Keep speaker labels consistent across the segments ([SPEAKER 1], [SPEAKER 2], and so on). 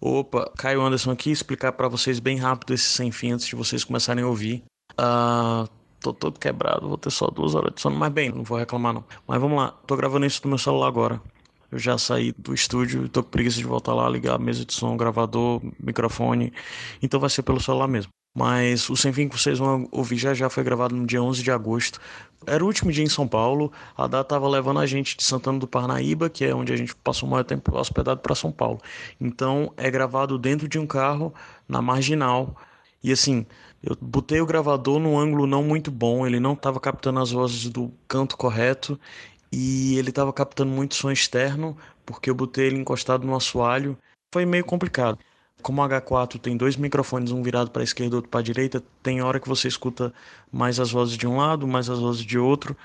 [SPEAKER 1] Opa, Caio Anderson aqui, explicar para vocês bem rápido esse sem fim antes de vocês começarem a ouvir. Ah, tô todo quebrado, vou ter só duas horas de sono, mas bem, não vou reclamar não. Mas vamos lá, tô gravando isso do meu celular agora. Eu já saí do estúdio e tô com preguiça de voltar lá, ligar a mesa de som, gravador, microfone. Então vai ser pelo celular mesmo. Mas o Sem Fim que vocês vão ouvir já já foi gravado no dia 11 de agosto. Era o último dia em São Paulo, a data estava levando a gente de Santana do Parnaíba, que é onde a gente passou o maior tempo hospedado, para São Paulo. Então é gravado dentro de um carro, na marginal. E assim, eu botei o gravador num ângulo não muito bom, ele não estava captando as vozes do canto correto e ele estava captando muito som externo, porque eu botei ele encostado no assoalho. Foi meio complicado. Como o H4 tem dois microfones, um virado para a esquerda e outro para a direita, tem hora que você escuta mais as vozes de um lado, mais as vozes de outro.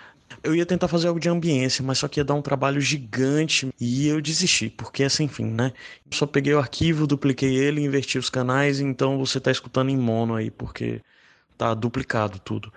[SPEAKER 1] Eu ia tentar fazer algo de ambiência, mas só que ia dar um trabalho gigante e eu desisti, porque é sem fim, né? Só peguei o arquivo, dupliquei ele, inverti os canais, então você está escutando em mono aí, porque tá duplicado tudo.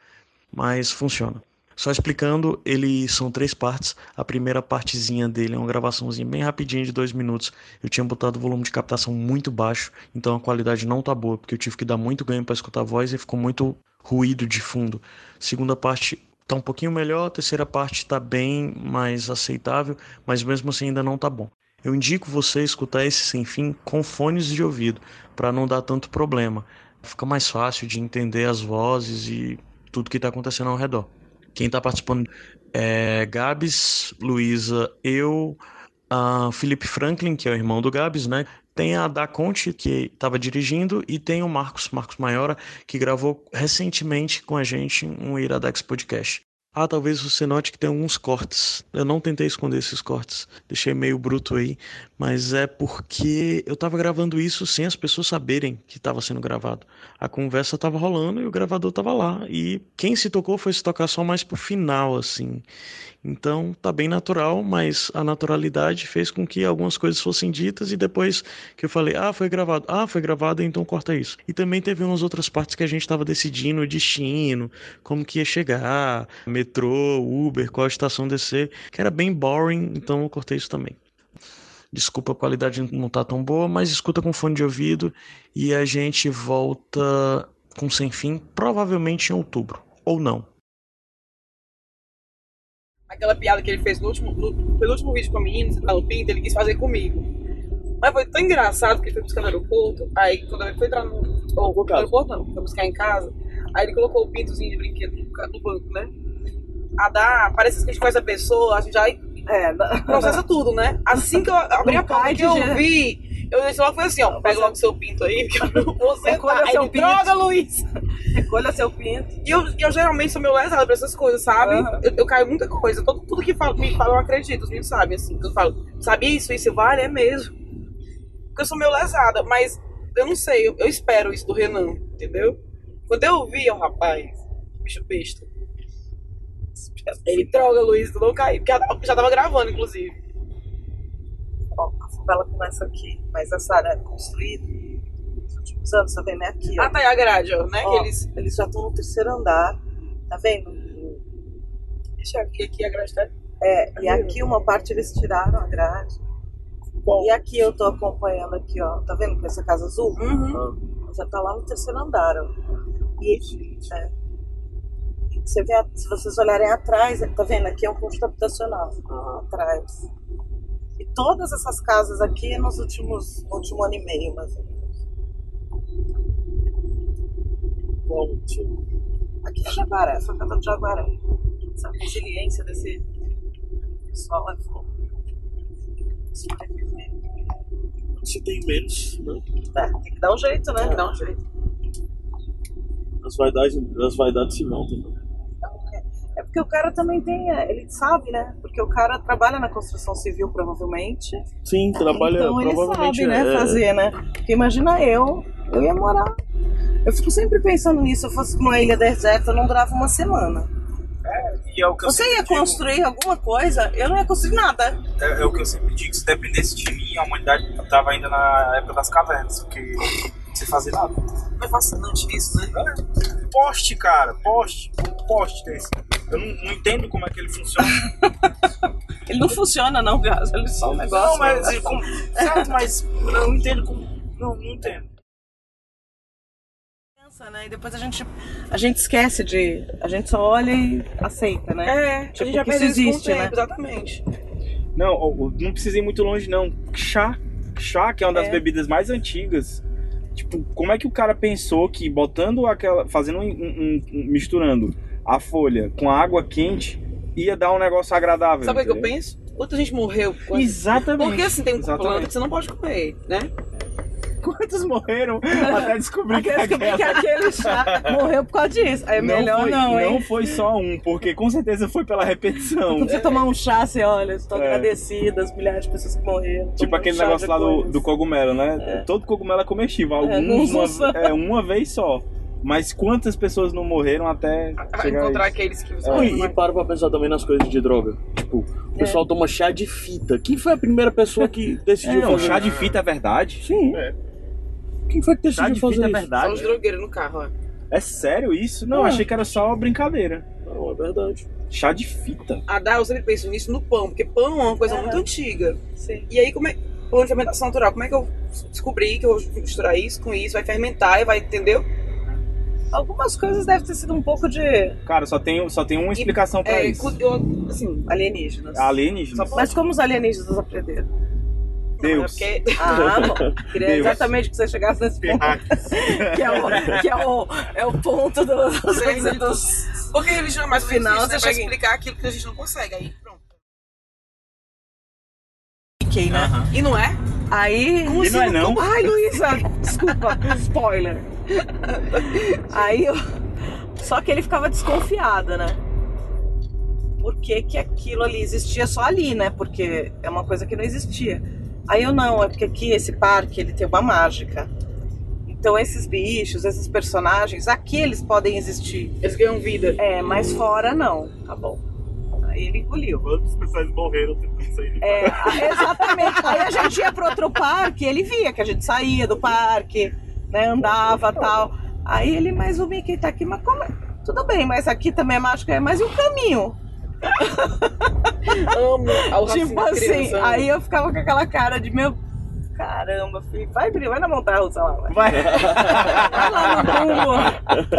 [SPEAKER 1] Mas funciona. Só explicando, ele são três partes. A primeira partezinha dele é uma gravaçãozinha bem rapidinha de dois minutos. Eu tinha botado o volume de captação muito baixo, então a qualidade não tá boa, porque eu tive que dar muito ganho para escutar a voz e ficou muito ruído de fundo. Segunda parte tá um pouquinho melhor, a terceira parte tá bem mais aceitável, mas mesmo assim ainda não tá bom. Eu indico você escutar esse sem fim com fones de ouvido, para não dar tanto problema. Fica mais fácil de entender as vozes e tudo que tá acontecendo ao redor. Quem está participando é Gabs, Luísa, eu, a Felipe Franklin, que é o irmão do Gabs, né? Tem a Da Conte, que estava dirigindo, e tem o Marcos, Marcos Maiora, que gravou recentemente com a gente um Iradex Podcast. Ah, talvez você note que tem alguns cortes. Eu não tentei esconder esses cortes, deixei meio bruto aí, mas é porque eu estava gravando isso sem as pessoas saberem que estava sendo gravado. A conversa estava rolando e o gravador estava lá. E quem se tocou foi se tocar só mais pro final, assim. Então tá bem natural, mas a naturalidade fez com que algumas coisas fossem ditas e depois que eu falei, ah, foi gravado, ah, foi gravado, então corta isso. E também teve umas outras partes que a gente estava decidindo o destino, como que ia chegar, metrô, Uber, qual a estação descer, que era bem boring, então eu cortei isso também. Desculpa, a qualidade não tá tão boa, mas escuta com fone de ouvido e a gente volta com sem fim, provavelmente em outubro, ou não.
[SPEAKER 2] Aquela piada que ele fez no último, no, pelo último vídeo com a menina, você fala, o Pinto, ele quis fazer comigo. Mas foi tão engraçado que ele foi buscar no aeroporto, aí quando ele foi entrar no. Oh, no aeroporto não, foi buscar em casa, aí ele colocou o pintozinho de brinquedo no banco, né? a dar, parece que a gente conhece a pessoa, a gente já é, processa tudo, né? Assim que eu abri a porta que eu vi, eu disse logo, foi assim, ó, pega logo seu pinto aí, que eu não vou sentar. Aí ele, droga, Luiz!
[SPEAKER 3] Recolha seu pinto.
[SPEAKER 2] E eu, eu geralmente sou meio lesada pra essas coisas, sabe?
[SPEAKER 3] Aham.
[SPEAKER 2] Eu, eu caio em muita coisa, todo, tudo que falo, me falam eu acredito, os meninos sabem, assim, que eu falo, sabia isso, isso, vale, é mesmo. Porque eu sou meio lesada, mas eu não sei, eu, eu espero isso do Renan, entendeu? Quando eu vi, ó, rapaz, bicho besta. Ele droga, Luiz, tu não caiu. Porque ela- já tava gravando, inclusive.
[SPEAKER 3] Ó, a favela começa aqui, mas essa área é construída, nos últimos anos, tá vendo? É aqui, ó.
[SPEAKER 2] Ah, tá aí a grade, ó, né?
[SPEAKER 3] Ó,
[SPEAKER 2] que eles.
[SPEAKER 3] Eles já estão no terceiro andar, tá vendo?
[SPEAKER 2] Deixa aqui, aqui a grade tá.
[SPEAKER 3] É, e aqui uma parte eles tiraram a grade. E aqui eu tô acompanhando aqui, ó. Tá vendo com essa casa azul?
[SPEAKER 2] Uhum.
[SPEAKER 3] Já tá lá no terceiro andar, ó. E, é. E você vê, a- se vocês olharem atrás, tá vendo? Aqui é um conjunto habitacional. Atrás. E todas essas casas aqui é nos últimos no último ano e meio, mais ou menos. Bom, tipo. Aqui é Jaguaré, só casa do Jaguaré. Essa resiliência desse pessoal é fogo. Sobreviver.
[SPEAKER 4] Se tem menos, né?
[SPEAKER 3] É, tem que dar um jeito, né?
[SPEAKER 2] Dá um jeito.
[SPEAKER 4] As vaidades, as vaidades se montam. né?
[SPEAKER 3] É porque o cara também tem, é, ele sabe, né? Porque o cara trabalha na construção civil, provavelmente.
[SPEAKER 4] Sim, trabalha
[SPEAKER 3] então ele
[SPEAKER 4] provavelmente.
[SPEAKER 3] sabe, né?
[SPEAKER 4] é-
[SPEAKER 3] Fazer, né? Porque imagina eu, eu ia morar. Eu fico sempre pensando nisso. Se eu fosse pra uma ilha deserta, eu não durava uma semana.
[SPEAKER 5] E é o que eu
[SPEAKER 3] Você
[SPEAKER 5] sempre
[SPEAKER 3] ia
[SPEAKER 5] digo,
[SPEAKER 3] construir alguma coisa, eu não ia conseguir nada.
[SPEAKER 5] é, é o que eu sempre digo, se dependesse de mim, a humanidade estava ainda na época das cavernas, porque não sei fazer nada. É.
[SPEAKER 3] É fascinante isso, né?
[SPEAKER 5] Poste, cara, poste, um poste desse. Eu não, não entendo como é que ele funciona.
[SPEAKER 3] Ele não funciona, não, Gaso. Ele é só um negócio.
[SPEAKER 5] não, mas, como- certo, mas eu não entendo como Não, não tem.
[SPEAKER 3] Pensa, né? E depois a gente, a gente esquece de. A gente só olha e aceita, né?
[SPEAKER 2] É,
[SPEAKER 3] Tipo,
[SPEAKER 2] a gente já
[SPEAKER 3] que isso
[SPEAKER 2] perdeu isso com o
[SPEAKER 3] existe, né?
[SPEAKER 2] tempo, Exatamente.
[SPEAKER 4] Não, ó, ó, não precisei muito longe, não. Chá. Chá, que é uma das
[SPEAKER 2] É.
[SPEAKER 4] bebidas mais antigas. Tipo, como é que o cara pensou que botando aquela. fazendo um, um- um- misturando a folha com a água quente ia dar um negócio agradável.
[SPEAKER 2] Sabe o que eu
[SPEAKER 4] entendeu?
[SPEAKER 2] penso? Quanta gente morreu. por causa-
[SPEAKER 4] Exatamente.
[SPEAKER 2] Porque assim, tem um
[SPEAKER 4] Exatamente.
[SPEAKER 2] planta que você não pode comer, né?
[SPEAKER 4] Quantos morreram até descobrir que
[SPEAKER 3] Aqueles que
[SPEAKER 4] aquela...
[SPEAKER 3] que aquele chá morreu por causa disso. É melhor
[SPEAKER 4] foi,
[SPEAKER 3] não, hein?
[SPEAKER 4] Não foi só um, porque com certeza foi pela repetição.
[SPEAKER 3] Quando você tomar um chá, você olha, estou
[SPEAKER 4] É.
[SPEAKER 3] agradecida às milhares de pessoas que morreram.
[SPEAKER 4] Tipo
[SPEAKER 3] Tomei um
[SPEAKER 4] aquele
[SPEAKER 3] chá
[SPEAKER 4] negócio lá do,
[SPEAKER 3] depois.
[SPEAKER 4] do cogumelo, né? Todo cogumelo é comestível. Alguns
[SPEAKER 3] não
[SPEAKER 4] uma,
[SPEAKER 3] usa.
[SPEAKER 4] é, uma vez só. Mas quantas pessoas não morreram até
[SPEAKER 2] Pra
[SPEAKER 4] chegar
[SPEAKER 2] encontrar
[SPEAKER 4] a isso?
[SPEAKER 2] aqueles que você
[SPEAKER 4] É.
[SPEAKER 2] não
[SPEAKER 6] Não, e, e
[SPEAKER 2] vai-
[SPEAKER 6] para pra pensar também nas coisas de droga. Tipo, o pessoal toma chá de fita. Quem foi a primeira pessoa que decidiu
[SPEAKER 4] Não,
[SPEAKER 6] fazer
[SPEAKER 4] chá de
[SPEAKER 6] isso?
[SPEAKER 4] fita é verdade?
[SPEAKER 6] Sim.
[SPEAKER 4] É.
[SPEAKER 6] Quem foi que
[SPEAKER 4] Chá
[SPEAKER 6] decidiu
[SPEAKER 4] de
[SPEAKER 6] fazer
[SPEAKER 4] fita é
[SPEAKER 6] isso?
[SPEAKER 2] Só os
[SPEAKER 4] verdade?
[SPEAKER 2] drogueiros no carro, ó.
[SPEAKER 4] É sério isso? Não,
[SPEAKER 6] É.
[SPEAKER 4] achei que era só uma brincadeira.
[SPEAKER 6] Não, é verdade.
[SPEAKER 4] Chá de fita.
[SPEAKER 2] A Dá, eu sempre penso nisso no pão, porque pão é uma coisa
[SPEAKER 3] Aham.
[SPEAKER 2] muito antiga.
[SPEAKER 3] Sim.
[SPEAKER 2] E aí, como é. Pão de fermentação natural, como é que eu descobri que eu vou misturar isso com isso, vai fermentar e vai, entendeu?
[SPEAKER 3] Algumas coisas devem ter sido um pouco de
[SPEAKER 4] Cara, só tem, só tem uma explicação pra
[SPEAKER 2] É,
[SPEAKER 4] isso.
[SPEAKER 2] cu- eu, assim,
[SPEAKER 3] alienígenas.
[SPEAKER 4] Alienígenas.
[SPEAKER 2] Só-
[SPEAKER 3] Mas como os alienígenas aprenderam?
[SPEAKER 2] não,
[SPEAKER 4] Deus.
[SPEAKER 2] é porque
[SPEAKER 3] Ah, bom. Queria
[SPEAKER 4] Deus.
[SPEAKER 3] exatamente que você chegasse nesse ponto. Que é o, que é o, é o ponto do- das
[SPEAKER 2] Sim.
[SPEAKER 3] coisas dos.
[SPEAKER 2] né? Porque eles já mais
[SPEAKER 3] No
[SPEAKER 2] final,
[SPEAKER 3] final,
[SPEAKER 2] isso, né?
[SPEAKER 3] você
[SPEAKER 2] Pra
[SPEAKER 3] chega em-
[SPEAKER 2] explicar aquilo que a gente não consegue. Aí, pronto.
[SPEAKER 3] Fiquei, né?
[SPEAKER 2] E não é?
[SPEAKER 3] Aí.
[SPEAKER 4] E não é não?
[SPEAKER 3] Ai, Luísa, desculpa, spoiler. Aí eu. Só que ele ficava desconfiado, né? Por que, que aquilo ali existia só ali, né? Porque é uma coisa que não existia. Aí eu não, é porque aqui esse parque ele tem uma mágica. Então esses bichos, esses personagens, aqui eles podem existir.
[SPEAKER 2] Eles ganham vida.
[SPEAKER 3] É, mas fora não. Tá bom. Aí ele engoliu.
[SPEAKER 6] Quantos pessoas morreram depois disso aí?
[SPEAKER 3] É, exatamente. Aí a gente ia para outro parque, ele via que a gente saía do parque, né, andava tal. Aí ele, mas o Mickey tá aqui, mas como é? Tudo bem, mas aqui também é mágica, é, mas e o caminho?
[SPEAKER 2] Amo ao racismo
[SPEAKER 3] tipo assim,
[SPEAKER 2] criança, amo.
[SPEAKER 3] aí eu ficava com aquela cara de meu. Caramba, filho, vai, Pri, vai na montanha russa lá, vai.
[SPEAKER 4] Vai.
[SPEAKER 3] Vai lá no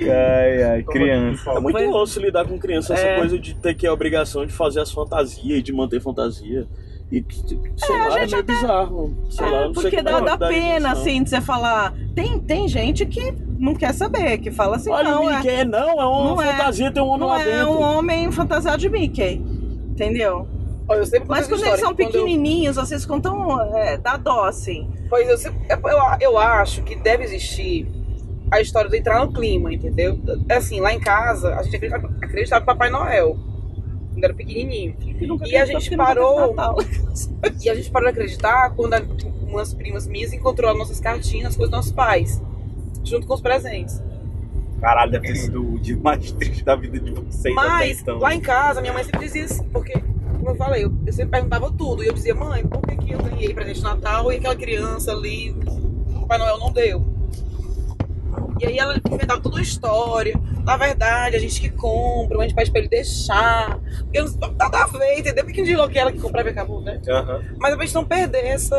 [SPEAKER 3] É,
[SPEAKER 4] Ai, ai, criança.
[SPEAKER 6] É muito
[SPEAKER 3] Mas-
[SPEAKER 6] louco se lidar com criança essa
[SPEAKER 3] É.
[SPEAKER 6] coisa de ter que a obrigação de fazer as fantasias e de manter fantasia. E que- sei
[SPEAKER 3] É, a
[SPEAKER 6] lá, é
[SPEAKER 3] gente
[SPEAKER 6] meio bizarro. Sei lá,
[SPEAKER 3] É,
[SPEAKER 6] não sei
[SPEAKER 3] porque
[SPEAKER 6] como
[SPEAKER 3] dá,
[SPEAKER 6] é
[SPEAKER 3] dá
[SPEAKER 6] que
[SPEAKER 3] pena,
[SPEAKER 6] isso, não.
[SPEAKER 3] assim, de você falar. Tem, tem gente que não quer saber, que fala assim,
[SPEAKER 6] Olha
[SPEAKER 3] não,
[SPEAKER 6] o
[SPEAKER 3] é.
[SPEAKER 6] Mickey, é... não, é uma
[SPEAKER 3] Não é.
[SPEAKER 6] fantasia, tem um homem
[SPEAKER 3] Não
[SPEAKER 6] lá
[SPEAKER 3] é
[SPEAKER 6] dentro.
[SPEAKER 3] um homem fantasiado de Mickey. Entendeu?
[SPEAKER 2] Olha, eu sempre
[SPEAKER 3] Mas
[SPEAKER 2] conto
[SPEAKER 3] quando
[SPEAKER 2] essa história,
[SPEAKER 3] eles são
[SPEAKER 2] que quando eu-
[SPEAKER 3] pequenininhos, vocês contam. É, dá dó, assim.
[SPEAKER 2] Pois eu, sempre- eu, eu- eu acho que deve existir a história do entrar no clima, entendeu? É Assim, lá em casa, a gente acreditava, acreditava no Papai Noel, quando era pequenininho. E a gente parou. E a gente parou de acreditar quando a- umas primas minhas encontrou as nossas cartinhas com os nossos pais, junto com os presentes.
[SPEAKER 4] Caralho, deve ter sido o dia mais triste da vida de vocês até
[SPEAKER 2] Mas,
[SPEAKER 4] então.
[SPEAKER 2] lá em casa, minha mãe sempre dizia assim, porque, como eu falei, eu, eu sempre perguntava tudo. E eu dizia, mãe, por que, que eu ganhei presente de Natal e aquela criança ali, o Papai Noel não deu? E aí ela inventava toda uma história. Na verdade, a gente que compra, a gente pede pra ele deixar. Porque não nada a ver, entendeu? Porque de que ela que comprava e acabou, né?
[SPEAKER 4] Aham.
[SPEAKER 2] Mas pra gente não perder essa.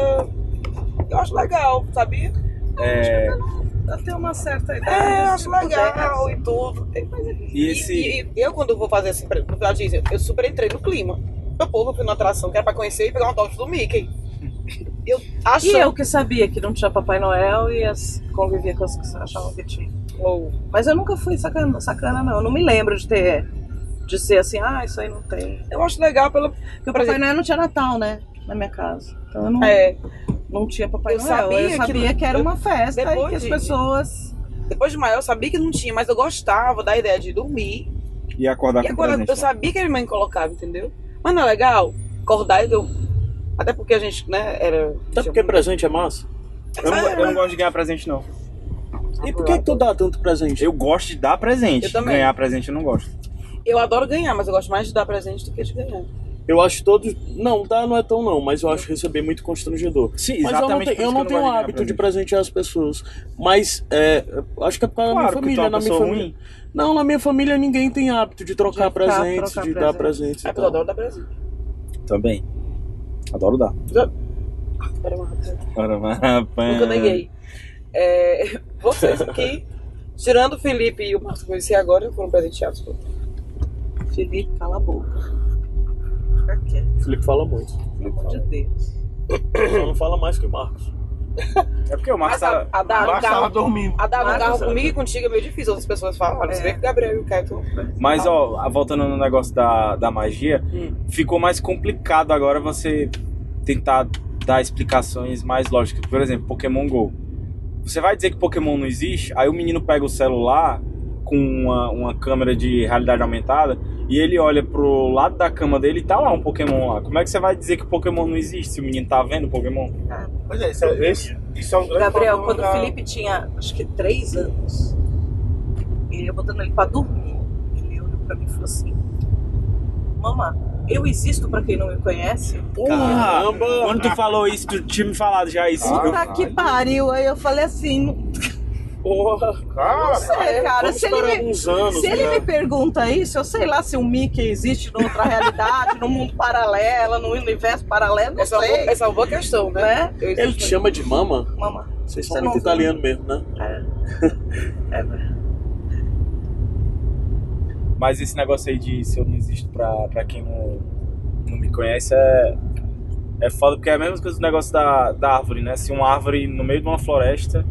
[SPEAKER 2] Eu acho legal, sabia?
[SPEAKER 4] É,
[SPEAKER 3] Eu tenho uma certa
[SPEAKER 2] É,
[SPEAKER 3] ideia.
[SPEAKER 2] eu acho legal e tudo.
[SPEAKER 4] tipo e esse...
[SPEAKER 2] E, e eu, quando vou fazer assim, pra- no final de dia, eu super entrei no clima. Meu povo, eu fui numa atração que era pra conhecer e pegar um autógrafo do Mickey. Eu acho.
[SPEAKER 3] E eu que sabia que não tinha Papai Noel e as, convivia com as que achavam que tinha. Mas eu nunca fui sacana, sacana, não. Eu não me lembro de ter. De ser assim, ah, isso aí não tem.
[SPEAKER 2] Eu acho legal pelo.
[SPEAKER 3] Porque o
[SPEAKER 2] Por
[SPEAKER 3] Papai
[SPEAKER 2] exemplo-
[SPEAKER 3] Noel não tinha Natal, né? Na minha casa. Então eu não,
[SPEAKER 2] É,
[SPEAKER 3] não tinha Papai
[SPEAKER 2] Eu
[SPEAKER 3] Noel.
[SPEAKER 2] sabia
[SPEAKER 3] eu
[SPEAKER 2] que
[SPEAKER 3] sabia que,
[SPEAKER 2] não-
[SPEAKER 3] era uma festa e
[SPEAKER 2] Depois
[SPEAKER 3] que as
[SPEAKER 2] de-
[SPEAKER 3] pessoas.
[SPEAKER 2] depois de maior, eu sabia que não tinha, mas eu gostava da ideia de dormir.
[SPEAKER 4] E acordar
[SPEAKER 2] E
[SPEAKER 4] Tá com
[SPEAKER 2] agora
[SPEAKER 4] presente.
[SPEAKER 2] eu sabia que a minha mãe colocava, entendeu? Mas não é legal acordar e eu. Até porque a gente, né, era.
[SPEAKER 6] Até porque presente é massa.
[SPEAKER 4] Eu não, eu não gosto de ganhar presente, não.
[SPEAKER 6] E por que, que tu dá tanto presente?
[SPEAKER 4] Eu gosto de dar presente.
[SPEAKER 2] Eu também.
[SPEAKER 4] Ganhar presente eu não gosto.
[SPEAKER 2] Eu adoro ganhar, mas eu gosto mais de dar presente do que de ganhar.
[SPEAKER 4] Então.
[SPEAKER 6] Eu acho todos. Não, tá, não é tão não, mas eu acho receber muito constrangedor.
[SPEAKER 4] Sim,
[SPEAKER 6] Mas eu não,
[SPEAKER 4] exatamente
[SPEAKER 6] tenho-
[SPEAKER 4] por
[SPEAKER 6] eu
[SPEAKER 4] isso
[SPEAKER 6] não
[SPEAKER 4] que eu não gosto
[SPEAKER 6] tenho
[SPEAKER 4] de ganhar
[SPEAKER 6] hábito de
[SPEAKER 4] presente.
[SPEAKER 6] presentear as pessoas. Mas é, acho que é por causa
[SPEAKER 4] Claro,
[SPEAKER 6] da
[SPEAKER 4] que
[SPEAKER 6] minha
[SPEAKER 4] tu é
[SPEAKER 6] família.
[SPEAKER 4] uma
[SPEAKER 6] Na minha
[SPEAKER 4] pessoa
[SPEAKER 6] família. Não, na minha família ninguém tem hábito de trocar
[SPEAKER 3] De trocar-
[SPEAKER 6] presentes,
[SPEAKER 3] trocar
[SPEAKER 6] É de dar presentes. e
[SPEAKER 2] Mas eu
[SPEAKER 6] tal.
[SPEAKER 2] adoro dar presente.
[SPEAKER 4] Também. Adoro dar.
[SPEAKER 2] Era é uma rapaz.
[SPEAKER 4] Ora, mas, rapaz.
[SPEAKER 2] Nunca neguei. É, vocês aqui, tirando o Felipe e o Marcos que eu conheci agora, foram presenteados. por-
[SPEAKER 3] Felipe, cala a boca. Pra quê?
[SPEAKER 6] O Felipe fala muito.
[SPEAKER 3] Pelo amor de Deus.
[SPEAKER 6] Só não fala mais que o Marcos.
[SPEAKER 4] É porque o Marcos
[SPEAKER 2] Mas a-
[SPEAKER 4] tá-
[SPEAKER 2] a dar
[SPEAKER 4] o
[SPEAKER 2] um
[SPEAKER 4] Marcos
[SPEAKER 2] carro-
[SPEAKER 4] tava dormindo.
[SPEAKER 2] A dar um
[SPEAKER 6] Marcos,
[SPEAKER 2] carro
[SPEAKER 6] sabe?
[SPEAKER 2] comigo e contigo é meio difícil. Outras pessoas falam,
[SPEAKER 4] É.
[SPEAKER 2] olha, você vê que o Gabriel e o Caio estão
[SPEAKER 4] Mas, ó, a- voltando no negócio da, da magia,
[SPEAKER 2] Hum.
[SPEAKER 4] ficou mais complicado agora você tentar dar explicações mais lógicas. Por exemplo, Pokémon GO. Você vai dizer que Pokémon não existe, aí o menino pega o celular com uma, uma câmera de realidade aumentada e ele olha pro lado da cama dele e tá lá um Pokémon lá. Como é que você vai dizer que Pokémon não existe se o menino tá vendo Pokémon?
[SPEAKER 5] Pois é, isso é, esse- isso é um grande
[SPEAKER 3] Gabriel,
[SPEAKER 5] problema
[SPEAKER 3] quando
[SPEAKER 5] da-
[SPEAKER 3] o Felipe tinha acho que três anos, e eu botando ele pra dormir, ele olhou pra mim e falou assim: Mamá, eu existo pra quem não me conhece?
[SPEAKER 6] Caramba!
[SPEAKER 4] Quando tu falou isso, tu tinha me falado já isso.
[SPEAKER 5] Ah.
[SPEAKER 4] Eu-
[SPEAKER 3] Puta que pariu! Aí eu falei assim:
[SPEAKER 6] Porra!
[SPEAKER 5] Ah,
[SPEAKER 3] Não sei, cara,
[SPEAKER 6] Vamos
[SPEAKER 3] se ele
[SPEAKER 6] esperar
[SPEAKER 3] me.
[SPEAKER 6] alguns anos.
[SPEAKER 3] Se ele
[SPEAKER 6] né?
[SPEAKER 3] me pergunta isso, eu sei lá se o Mickey existe numa outra realidade, num mundo paralelo, num universo paralelo, não
[SPEAKER 2] Essa, é uma boa-
[SPEAKER 3] sei.
[SPEAKER 2] essa é uma boa questão, né?
[SPEAKER 3] Né?
[SPEAKER 2] Eu
[SPEAKER 6] Ele te chama de mama?
[SPEAKER 3] Mamá.
[SPEAKER 6] Vocês
[SPEAKER 3] Você
[SPEAKER 6] são
[SPEAKER 3] não
[SPEAKER 6] muito
[SPEAKER 3] viu?
[SPEAKER 6] italiano mesmo, né?
[SPEAKER 3] É,
[SPEAKER 4] Mas esse negócio aí de se eu não existo pra, pra quem não, não me conhece é, é foda, porque é a mesma coisa do negócio da, da árvore, né? Se uma árvore no meio de uma floresta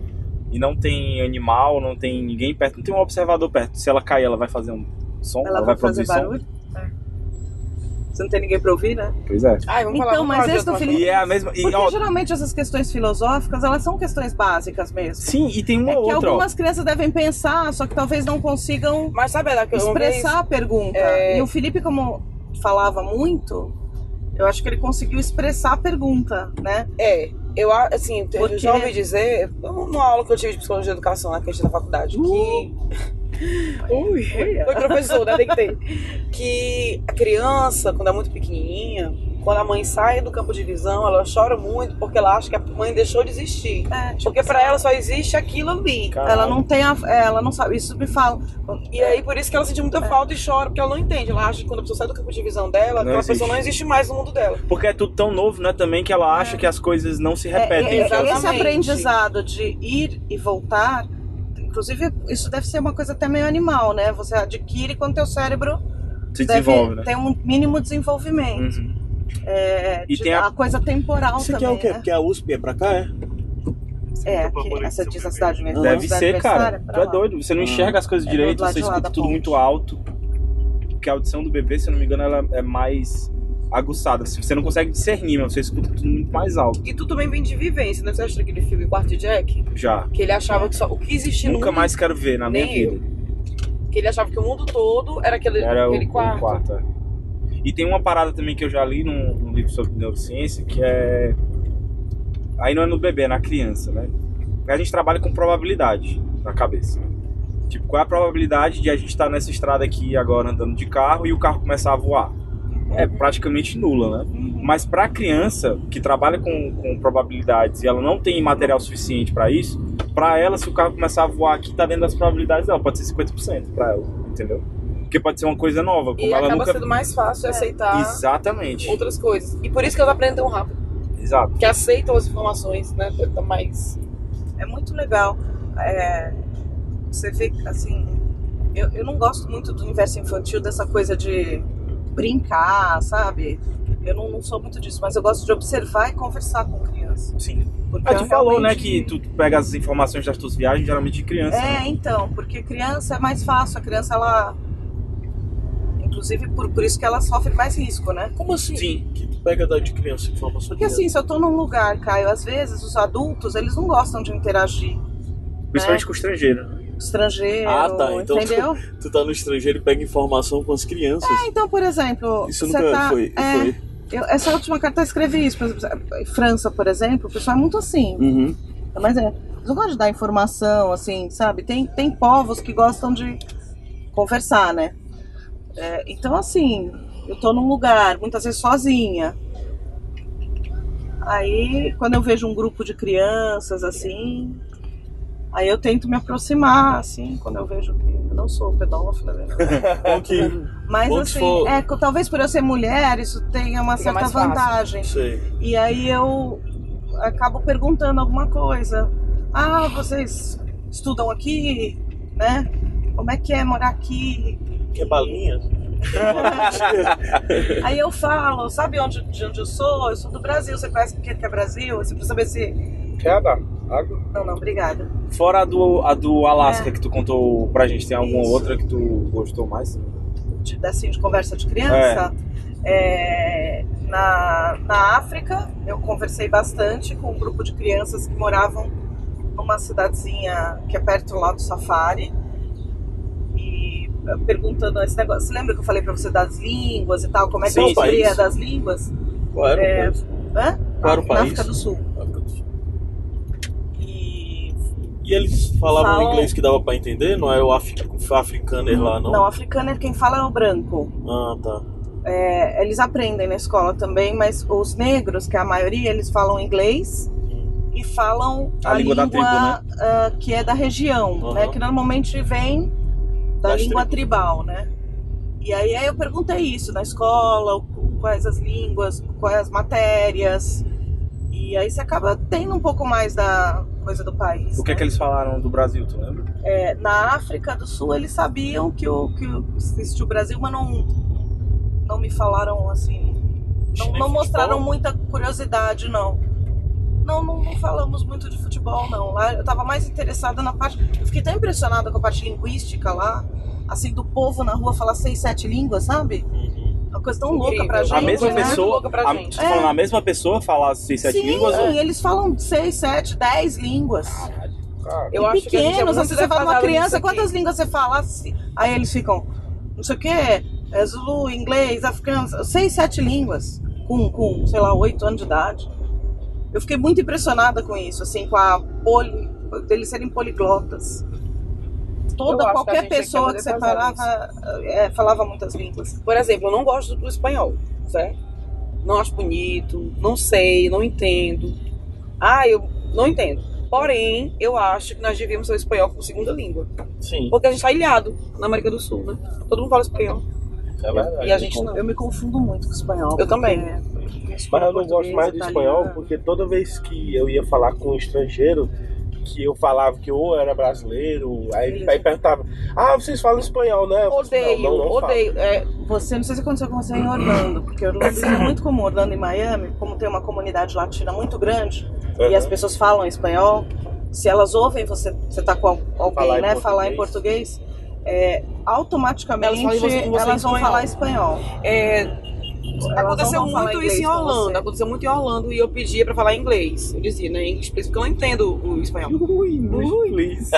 [SPEAKER 4] e não tem animal, não tem ninguém perto, não tem um observador perto. Se ela cair, ela vai fazer um som, ela,
[SPEAKER 3] Ela vai
[SPEAKER 4] vai
[SPEAKER 3] fazer
[SPEAKER 4] produzir
[SPEAKER 3] barulho? Você não tem ninguém pra ouvir, né?
[SPEAKER 4] som. Pois é.
[SPEAKER 2] Ai, vamos falar,
[SPEAKER 3] Então,
[SPEAKER 2] vamos
[SPEAKER 3] mas
[SPEAKER 2] falar de
[SPEAKER 3] esse
[SPEAKER 2] outra
[SPEAKER 3] do
[SPEAKER 2] coisa.
[SPEAKER 4] E é a mesma. E,
[SPEAKER 3] Porque
[SPEAKER 4] ó,
[SPEAKER 3] geralmente essas questões filosóficas, elas são questões básicas mesmo.
[SPEAKER 4] sim, e tem uma
[SPEAKER 3] É que
[SPEAKER 4] outra, ó.
[SPEAKER 3] algumas crianças devem pensar, só que talvez não consigam
[SPEAKER 2] Mas sabe a que eu
[SPEAKER 3] expressar a pergunta.
[SPEAKER 2] é-
[SPEAKER 3] E o Felipe, como falava muito, eu acho que ele conseguiu expressar a pergunta, né?
[SPEAKER 2] É, eu a- assim, eu
[SPEAKER 3] Porque-
[SPEAKER 2] já ouvi dizer, numa aula que eu tive de psicologia de educação né, tá na questão da faculdade,
[SPEAKER 4] Uh!
[SPEAKER 2] que. Ui, foi professor, né? Tem que ter. Que a criança, quando é muito pequenininha, quando a mãe sai do campo de visão, ela chora muito porque ela acha que a mãe deixou de existir.
[SPEAKER 3] É, tipo,
[SPEAKER 2] Porque pra ela só existe aquilo ali.
[SPEAKER 3] ela não tem a, é, ela não sabe, isso me fala.
[SPEAKER 2] E aí, por isso que ela sente muita falta e chora, porque ela não entende. Ela acha que quando a pessoa sai do campo de visão dela,
[SPEAKER 4] Não
[SPEAKER 2] aquela
[SPEAKER 4] existe.
[SPEAKER 2] pessoa não existe mais no mundo dela.
[SPEAKER 4] Porque é tudo tão novo, né? Também que ela acha que as coisas não se repetem.
[SPEAKER 3] É, é,
[SPEAKER 4] que elas-
[SPEAKER 3] esse
[SPEAKER 2] exatamente.
[SPEAKER 3] aprendizado de ir e voltar, inclusive isso deve ser uma coisa até meio animal, né? Você adquire quando teu cérebro
[SPEAKER 4] se
[SPEAKER 3] deve
[SPEAKER 4] desenvolve, né?
[SPEAKER 3] ter um mínimo desenvolvimento.
[SPEAKER 4] Uhum.
[SPEAKER 3] É,
[SPEAKER 4] E
[SPEAKER 3] de-
[SPEAKER 4] tem a-
[SPEAKER 3] a... coisa temporal
[SPEAKER 6] Isso aqui
[SPEAKER 3] também,
[SPEAKER 6] é o quê?
[SPEAKER 3] né?
[SPEAKER 6] Porque a USP é pra cá, é?
[SPEAKER 3] É,
[SPEAKER 5] Desculpa,
[SPEAKER 3] aqui,
[SPEAKER 5] amor,
[SPEAKER 3] essa
[SPEAKER 5] isso
[SPEAKER 3] diz
[SPEAKER 5] é
[SPEAKER 3] a cidade mesmo.
[SPEAKER 4] Deve
[SPEAKER 3] cidade
[SPEAKER 4] ser, cara.
[SPEAKER 3] universitária, pra
[SPEAKER 4] Tu é
[SPEAKER 3] lá.
[SPEAKER 4] doido. Você não enxerga as coisas
[SPEAKER 3] É
[SPEAKER 4] direito,
[SPEAKER 3] do lado
[SPEAKER 4] você
[SPEAKER 3] de lá
[SPEAKER 4] escuta
[SPEAKER 3] da
[SPEAKER 4] tudo
[SPEAKER 3] ponte.
[SPEAKER 4] muito alto. Porque a audição do bebê, se eu não me engano, ela é mais aguçada. Assim, Você você não consegue discernir, mas você escuta tudo muito mais alto
[SPEAKER 2] E tudo também vem de vivência, né? Você acha aquele filme Quarto de Jack?
[SPEAKER 4] já.
[SPEAKER 2] Que ele achava que só o que existia
[SPEAKER 4] Nunca
[SPEAKER 2] no mundo,
[SPEAKER 4] mais quero ver na minha
[SPEAKER 2] nem eu.
[SPEAKER 4] vida.
[SPEAKER 2] que ele achava que o mundo todo era aquele,
[SPEAKER 4] Era o,
[SPEAKER 2] aquele
[SPEAKER 4] o
[SPEAKER 2] quarto.
[SPEAKER 4] quarto. é. E tem uma parada também que eu já li num, num livro sobre neurociência, que é. Aí não é no bebê, é na criança, né? Porque a gente trabalha com probabilidade na cabeça. Tipo, qual é a probabilidade de a gente estar nessa estrada aqui agora andando de carro e o carro começar a voar? É praticamente nula, né? Mas para a criança que trabalha com, com probabilidades e ela não tem material suficiente para isso, para ela, se o carro começar a voar aqui, tá dentro das probabilidades dela, pode ser 50% para ela, entendeu? Porque pode ser uma coisa nova, como
[SPEAKER 2] E
[SPEAKER 4] ela
[SPEAKER 2] acaba
[SPEAKER 4] nunca.
[SPEAKER 2] sendo mais fácil de aceitar
[SPEAKER 4] Exatamente,
[SPEAKER 2] outras coisas. E por isso que eles aprendem tão rápido.
[SPEAKER 4] exato.
[SPEAKER 2] Que aceitam as informações, né? Tá mais.
[SPEAKER 3] É muito legal. É, você vê, assim, eu, eu não gosto muito do universo infantil, dessa coisa de brincar, sabe? Eu não, não sou muito disso, mas eu gosto de observar e conversar com criança.
[SPEAKER 4] Sim.
[SPEAKER 3] Porque
[SPEAKER 4] Ah, tu
[SPEAKER 3] eu
[SPEAKER 4] falou, né,
[SPEAKER 3] realmente-
[SPEAKER 4] que tu pega as informações das tuas viagens, geralmente de criança. né?
[SPEAKER 3] É, então, porque criança é mais fácil, a criança ela. Inclusive por, por isso que ela sofre mais risco, né?
[SPEAKER 6] Como assim?
[SPEAKER 4] Sim.
[SPEAKER 6] Que tu pega da de criança informação
[SPEAKER 3] Porque assim, se eu tô num lugar, Caio, às vezes os adultos eles não gostam de interagir.
[SPEAKER 4] Principalmente com estrangeiro. né?
[SPEAKER 3] Estrangeiro,
[SPEAKER 6] Ah, tá, então-
[SPEAKER 3] entendeu?
[SPEAKER 6] Tu tá no estrangeiro e pega informação com as crianças.
[SPEAKER 3] Ah, então, por exemplo,
[SPEAKER 6] Isso
[SPEAKER 3] você
[SPEAKER 6] nunca
[SPEAKER 3] tá-
[SPEAKER 6] foi.
[SPEAKER 3] é,
[SPEAKER 6] foi.
[SPEAKER 3] eu- essa última carta eu escrevi isso. Por exemplo, em França, por exemplo, o pessoal é muito assim.
[SPEAKER 6] Uhum.
[SPEAKER 3] Mas é, eles não gostam de dar informação, assim, sabe? Tem, tem povos que gostam de conversar, né? É, então, assim, eu tô num lugar, muitas vezes sozinha. Aí, quando eu vejo um grupo de crianças, assim, aí eu tento me aproximar, assim, quando eu vejo que eu não sou pedófila, né?
[SPEAKER 6] Bom que.
[SPEAKER 3] Mas
[SPEAKER 6] Bom que
[SPEAKER 3] assim,
[SPEAKER 6] for-
[SPEAKER 3] é, co- talvez por eu ser mulher, isso tenha uma
[SPEAKER 2] Fica
[SPEAKER 3] certa
[SPEAKER 2] mais fácil.
[SPEAKER 3] vantagem.
[SPEAKER 6] Sei.
[SPEAKER 3] E aí eu acabo perguntando alguma coisa. Ah, vocês estudam aqui, né? Como é que é morar aqui?
[SPEAKER 7] Que
[SPEAKER 6] é
[SPEAKER 7] balinha?
[SPEAKER 3] Aí eu falo, sabe onde, de onde eu sou? Eu sou do Brasil, você conhece o que que é Brasil? Você precisa saber se.
[SPEAKER 4] Quer dar água?
[SPEAKER 3] Não, não, obrigada.
[SPEAKER 4] Fora a do, a do Alasca
[SPEAKER 3] É.
[SPEAKER 4] que tu contou pra gente, tem alguma
[SPEAKER 3] Isso.
[SPEAKER 4] outra que tu gostou mais?
[SPEAKER 3] De, assim, de conversa de criança. É, na, na África, eu conversei bastante com um grupo de crianças que moravam numa cidadezinha que é perto lá do Safari. E eh, perguntando esse negócio. Você lembra que eu falei pra você das línguas e tal? Como é que
[SPEAKER 4] Sim,
[SPEAKER 3] eu descobria
[SPEAKER 4] país.
[SPEAKER 3] das línguas?
[SPEAKER 7] Qual era o
[SPEAKER 3] É,
[SPEAKER 7] país?
[SPEAKER 3] Hã?
[SPEAKER 7] Qual era o
[SPEAKER 3] Na
[SPEAKER 7] país?
[SPEAKER 3] África do Sul.
[SPEAKER 7] África do Sul.
[SPEAKER 3] E
[SPEAKER 7] E eles falavam
[SPEAKER 3] Falam-
[SPEAKER 7] inglês que dava pra entender? Não era o afri... africaner lá, não?
[SPEAKER 3] Não, africano é quem fala é o branco.
[SPEAKER 7] Ah, tá.
[SPEAKER 3] É, eles aprendem na escola também, mas os negros, que é a maioria, eles falam inglês e falam
[SPEAKER 4] A
[SPEAKER 3] a,
[SPEAKER 4] língua da tribo, né?
[SPEAKER 3] ah, que é da região,
[SPEAKER 7] Uhum.
[SPEAKER 3] né? Que normalmente vem da
[SPEAKER 7] Das
[SPEAKER 3] língua tribal, né? E aí, aí eu perguntei isso na escola, o- quais as línguas, quais as matérias. E aí você acaba tendo um pouco mais da coisa do país.
[SPEAKER 4] O que é
[SPEAKER 3] né?
[SPEAKER 4] que eles falaram do Brasil, tu lembra?
[SPEAKER 3] É, na África do Sul eles sabiam que o que o- existia o Brasil, mas não não me falaram assim, não, não mostraram muita curiosidade não. Não, não, não falamos muito de futebol não. Lá eu estava mais interessada na parte, eu fiquei tão impressionada com a parte linguística lá, assim do povo na rua falar seis, sete línguas, sabe? Uma coisa tão louca
[SPEAKER 2] Incrível.
[SPEAKER 3] pra gente.
[SPEAKER 4] Uhum. a mesma
[SPEAKER 3] né?
[SPEAKER 4] pessoa.
[SPEAKER 2] louca pra
[SPEAKER 4] a,
[SPEAKER 2] gente.
[SPEAKER 4] tu falando, a mesma pessoa falar seis, sete
[SPEAKER 3] Sim,
[SPEAKER 4] línguas? ou-
[SPEAKER 3] eles falam seis, sete, dez línguas.
[SPEAKER 2] Eu
[SPEAKER 3] Ah, E
[SPEAKER 2] acho que a gente é
[SPEAKER 3] pequenos,
[SPEAKER 2] muito
[SPEAKER 3] assim, você fala uma
[SPEAKER 2] defasado nisso
[SPEAKER 3] criança,
[SPEAKER 2] aqui.
[SPEAKER 3] quantas línguas você fala? Assim, Aí eles ficam, não sei o que, é Zulu, inglês, africano, seis, sete línguas, com, com, sei lá, oito anos de idade. Eu fiquei muito impressionada com isso, assim, com a poli, deles serem poliglotas.
[SPEAKER 2] Eu acho
[SPEAKER 3] Toda,
[SPEAKER 2] que a
[SPEAKER 3] qualquer
[SPEAKER 2] gente tem que
[SPEAKER 3] pessoa que você
[SPEAKER 2] defasado
[SPEAKER 3] falava, é, falava muitas línguas.
[SPEAKER 2] Por exemplo, eu não gosto do espanhol, certo? Não acho bonito, não sei, não entendo. Ah, eu não entendo. Porém, eu acho que nós devíamos ter o espanhol como segunda língua.
[SPEAKER 7] Sim,
[SPEAKER 2] Porque a gente tá ilhado na América do Sul, né? Todo mundo fala espanhol.
[SPEAKER 7] é verdade.
[SPEAKER 2] E a gente não.
[SPEAKER 3] Eu me confundo muito com o espanhol.
[SPEAKER 2] Eu também.
[SPEAKER 7] Mas eu não
[SPEAKER 3] Português,
[SPEAKER 7] gosto mais do espanhol
[SPEAKER 3] italiano.
[SPEAKER 7] porque toda vez que eu ia falar com um estrangeiro, que eu falava que ou era brasileiro, aí,
[SPEAKER 3] Beleza.
[SPEAKER 7] aí perguntava: Ah, vocês falam espanhol, né? Eu falava,
[SPEAKER 2] Odeio,
[SPEAKER 7] não, não, não falo."
[SPEAKER 2] odeio. É,
[SPEAKER 3] Você, não sei se aconteceu com você em Orlando, porque Orlando isso é muito comum. Orlando e Miami, como tem uma comunidade latina muito grande e
[SPEAKER 7] Aham.
[SPEAKER 3] as pessoas falam espanhol, se elas ouvem você, você tá com alguém,
[SPEAKER 7] Falar em
[SPEAKER 3] né, falar em português, é,
[SPEAKER 2] Elas
[SPEAKER 3] automaticamente
[SPEAKER 2] falam em
[SPEAKER 3] elas,
[SPEAKER 2] você- com você em
[SPEAKER 3] vão
[SPEAKER 2] espanhol.
[SPEAKER 3] falar espanhol.
[SPEAKER 2] é,
[SPEAKER 3] Elas
[SPEAKER 2] aconteceu
[SPEAKER 3] não vão falar
[SPEAKER 2] muito isso em
[SPEAKER 3] inglês com
[SPEAKER 2] Orlando.
[SPEAKER 3] você.
[SPEAKER 2] Aconteceu muito em Orlando e eu pedia pra falar inglês. Eu dizia, né? Inglês, porque eu não entendo o espanhol.
[SPEAKER 4] Ui, ui, Luiz.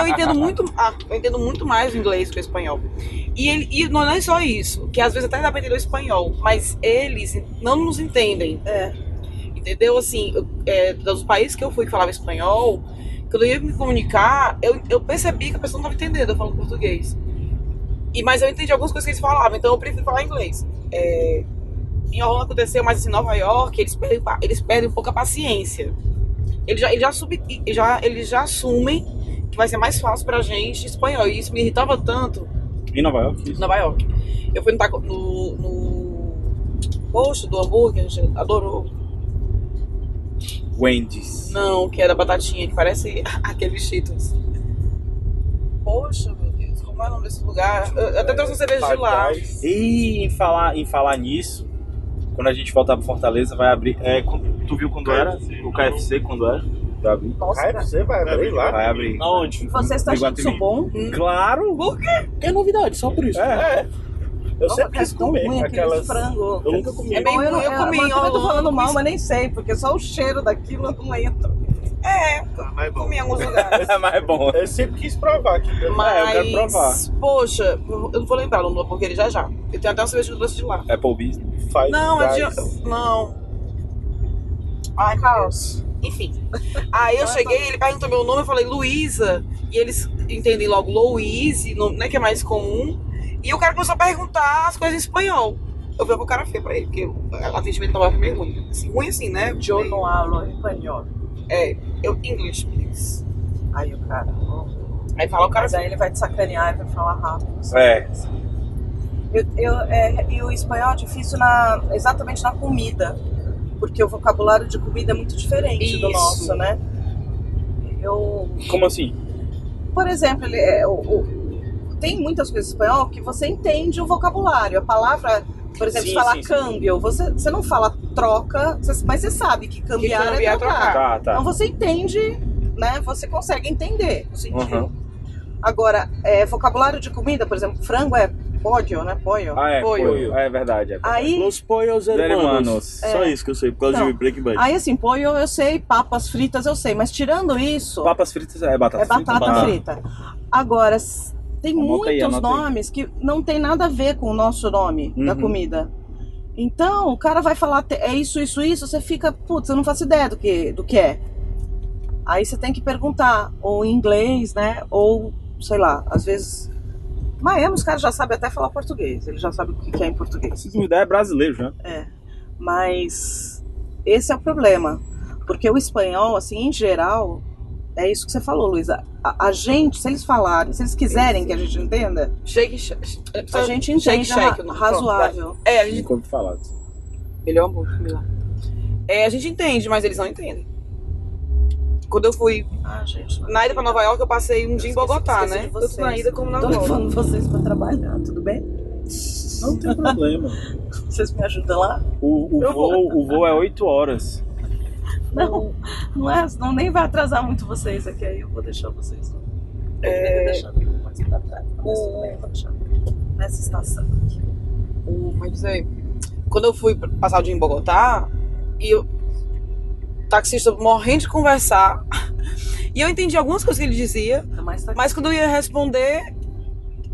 [SPEAKER 2] Eu entendo muito, ah, eu entendo muito mais o inglês que o espanhol. E, ele, e não é só isso, que às vezes até dá pra entender o espanhol, mas eles não nos entendem.
[SPEAKER 3] É.
[SPEAKER 2] Entendeu? Assim, eu- é, dos países que eu fui que falava espanhol, quando eu ia me comunicar, eu, eu percebi que a pessoa não estava entendendo eu falando português. E, mas eu entendi algumas coisas que eles falavam, então eu prefiro falar inglês. É, em Orlando aconteceu, mas assim, em Nova York, eles perdem, pa- eles perdem um pouco a paciência. Eles já, eles já, sub- já- eles já assumem que vai ser mais fácil pra gente espanhol. E isso me irritava tanto
[SPEAKER 4] Em Nova York?
[SPEAKER 2] em
[SPEAKER 4] isso.
[SPEAKER 2] Nova York. Eu fui no, taco- no, no posto do hambúrguer, a gente adorou.
[SPEAKER 4] Wendy's.
[SPEAKER 2] Não, que é da batatinha, que parece aqueles Cheetos. Poxa, meu Deus, como é o nome desse lugar? Eu, eu até trouxe uma cerveja de lá.
[SPEAKER 4] E em falar, em falar nisso, quando a gente voltar pra Fortaleza, vai abrir. É, quando- tu viu quando era? O
[SPEAKER 6] é
[SPEAKER 4] KFC quando era? Vai abrir.
[SPEAKER 3] Nossa,
[SPEAKER 7] Ah,
[SPEAKER 3] cara.
[SPEAKER 7] você vai abrir lá?
[SPEAKER 4] Vai abrir.
[SPEAKER 6] Aonde?
[SPEAKER 3] Você está achando isso
[SPEAKER 4] Iguatemi.
[SPEAKER 3] bom?
[SPEAKER 4] Claro!
[SPEAKER 6] É novidade, só por isso.
[SPEAKER 4] É.
[SPEAKER 7] Eu
[SPEAKER 3] Nossa,
[SPEAKER 7] sempre
[SPEAKER 3] cara,
[SPEAKER 7] quis
[SPEAKER 3] é tão ruim
[SPEAKER 7] comer
[SPEAKER 3] aquele
[SPEAKER 7] aquelas.
[SPEAKER 3] frango.
[SPEAKER 7] Eu nunca comi.
[SPEAKER 2] É bem
[SPEAKER 3] Bom,
[SPEAKER 2] ruim,
[SPEAKER 3] não-
[SPEAKER 2] eu comi
[SPEAKER 3] mas
[SPEAKER 2] em
[SPEAKER 3] também tô
[SPEAKER 2] Orlando,
[SPEAKER 3] falando mal,
[SPEAKER 2] isso-
[SPEAKER 3] mas nem sei, porque só o cheiro daquilo eu não entro.
[SPEAKER 7] mas é bom.
[SPEAKER 2] Comi em alguns lugares.
[SPEAKER 4] Mas é bom.
[SPEAKER 7] Eu sempre quis provar aqui. né?
[SPEAKER 2] Mas,
[SPEAKER 4] É, eu quero provar.
[SPEAKER 2] poxa, eu não vou lembrar o nome do hambúrguer já já. Eu tenho até uma cerveja que eu trouxe de lá.
[SPEAKER 4] Applebee's.
[SPEAKER 7] Five
[SPEAKER 2] Não,
[SPEAKER 7] Guys.
[SPEAKER 2] adianta. Não. Ai, caos. Enfim. Aí eu cheguei, ele perguntou meu nome, eu falei Luísa. E eles entendem logo Louise, não- né, que é mais comum. E o cara começou a perguntar as coisas em espanhol. Eu falei pro cara feio pra ele, porque o atendimento tava meio ruim. Assim, ruim assim, né?
[SPEAKER 3] Eu não hablo espanhol.
[SPEAKER 2] É, eu, English, please.
[SPEAKER 3] Aí o cara. ó.
[SPEAKER 2] Aí fala o cara
[SPEAKER 3] Mas aí ele vai te sacanear e vai falar rápido.
[SPEAKER 4] É.
[SPEAKER 3] Eu, eu- é, e o espanhol é difícil na, exatamente na comida. porque o vocabulário de comida é muito diferente
[SPEAKER 2] Isso.
[SPEAKER 3] do nosso, né? Eu
[SPEAKER 4] Como assim?
[SPEAKER 3] por exemplo, ele é- o- o- tem muitas coisas em espanhol que você entende o vocabulário. A palavra, por exemplo,
[SPEAKER 4] Sim,
[SPEAKER 3] falar
[SPEAKER 4] sim, sim.
[SPEAKER 3] câmbio, Você, você não fala troca, você- mas você sabe que cambiar,
[SPEAKER 2] Que cambiar
[SPEAKER 3] é
[SPEAKER 2] é
[SPEAKER 3] trocar.
[SPEAKER 2] trocar.
[SPEAKER 4] Tá, tá.
[SPEAKER 3] Então você entende, né? Você consegue entender o sentido.
[SPEAKER 4] Aham.
[SPEAKER 3] Agora, é, vocabulário de comida, por exemplo, frango é pollo, né? Pollo.
[SPEAKER 4] Ah, é, foi.
[SPEAKER 2] Foi.
[SPEAKER 4] É verdade. É.
[SPEAKER 3] Aí,
[SPEAKER 6] Los pollos hermanos.
[SPEAKER 4] Hermanos.
[SPEAKER 2] É.
[SPEAKER 6] Só isso que eu sei, por causa
[SPEAKER 3] Não.
[SPEAKER 6] de um Breaking Bad.
[SPEAKER 3] aí assim, pollo eu sei, papas fritas eu sei, mas tirando isso,
[SPEAKER 4] Papas fritas é batata
[SPEAKER 3] é batata
[SPEAKER 4] frita?
[SPEAKER 3] frita. Agora, s- tem
[SPEAKER 4] Anota aí,
[SPEAKER 3] muitos
[SPEAKER 4] anota aí.
[SPEAKER 3] nomes que não tem nada a ver com o nosso nome da
[SPEAKER 4] Uhum.
[SPEAKER 3] comida. Então, o cara vai falar, "Te- é isso, isso, isso, você fica, putz, eu não faço ideia do que, do que é. Aí você tem que perguntar, ou em inglês, né? Ou, sei lá, às vezes. Miami, os caras já sabem até falar português, eles já sabem o que que é em português.
[SPEAKER 4] Essa ideia é brasileiro já.
[SPEAKER 3] Mas esse é o problema. Porque o espanhol, assim, em geral, é isso que você falou, Luísa. A, a gente, se eles falarem, se eles quiserem que a gente entenda,
[SPEAKER 2] Shake, shake,
[SPEAKER 3] a gente entende ra- razoável.
[SPEAKER 2] É, a gente.
[SPEAKER 4] Nunca ouvi falar.
[SPEAKER 2] Melhor hambúrguer, melhor. É, a gente entende, mas eles não entendem. Quando eu fui
[SPEAKER 3] Ah, gente. não
[SPEAKER 2] na ida pra Nova York, eu passei um dia em
[SPEAKER 3] esqueci-
[SPEAKER 2] Bogotá,
[SPEAKER 3] esqueci
[SPEAKER 2] né?
[SPEAKER 3] de
[SPEAKER 2] Tanto na
[SPEAKER 3] vocês.
[SPEAKER 2] ida como na
[SPEAKER 3] Tô
[SPEAKER 2] volta.
[SPEAKER 3] levando vocês pra trabalhar, tudo bem?
[SPEAKER 4] Não tem problema.
[SPEAKER 3] Vocês me ajudam lá?
[SPEAKER 4] O, o,
[SPEAKER 2] Eu vou.
[SPEAKER 4] voo, o voo é 8 horas.
[SPEAKER 3] Não, não é, não nem vai atrasar muito vocês aqui, aí eu vou deixar vocês. Eu devia
[SPEAKER 2] É,
[SPEAKER 3] ter deixado um pouco mais pra trás, mas tudo bem, eu vou deixar. Nessa estação.
[SPEAKER 2] o- como é que dizer? Quando eu fui passar o dia em Bogotá, e eu, taxista morrendo de conversar, e eu entendi algumas coisas que ele dizia,
[SPEAKER 3] Ainda mais tá
[SPEAKER 2] mas quando eu ia responder,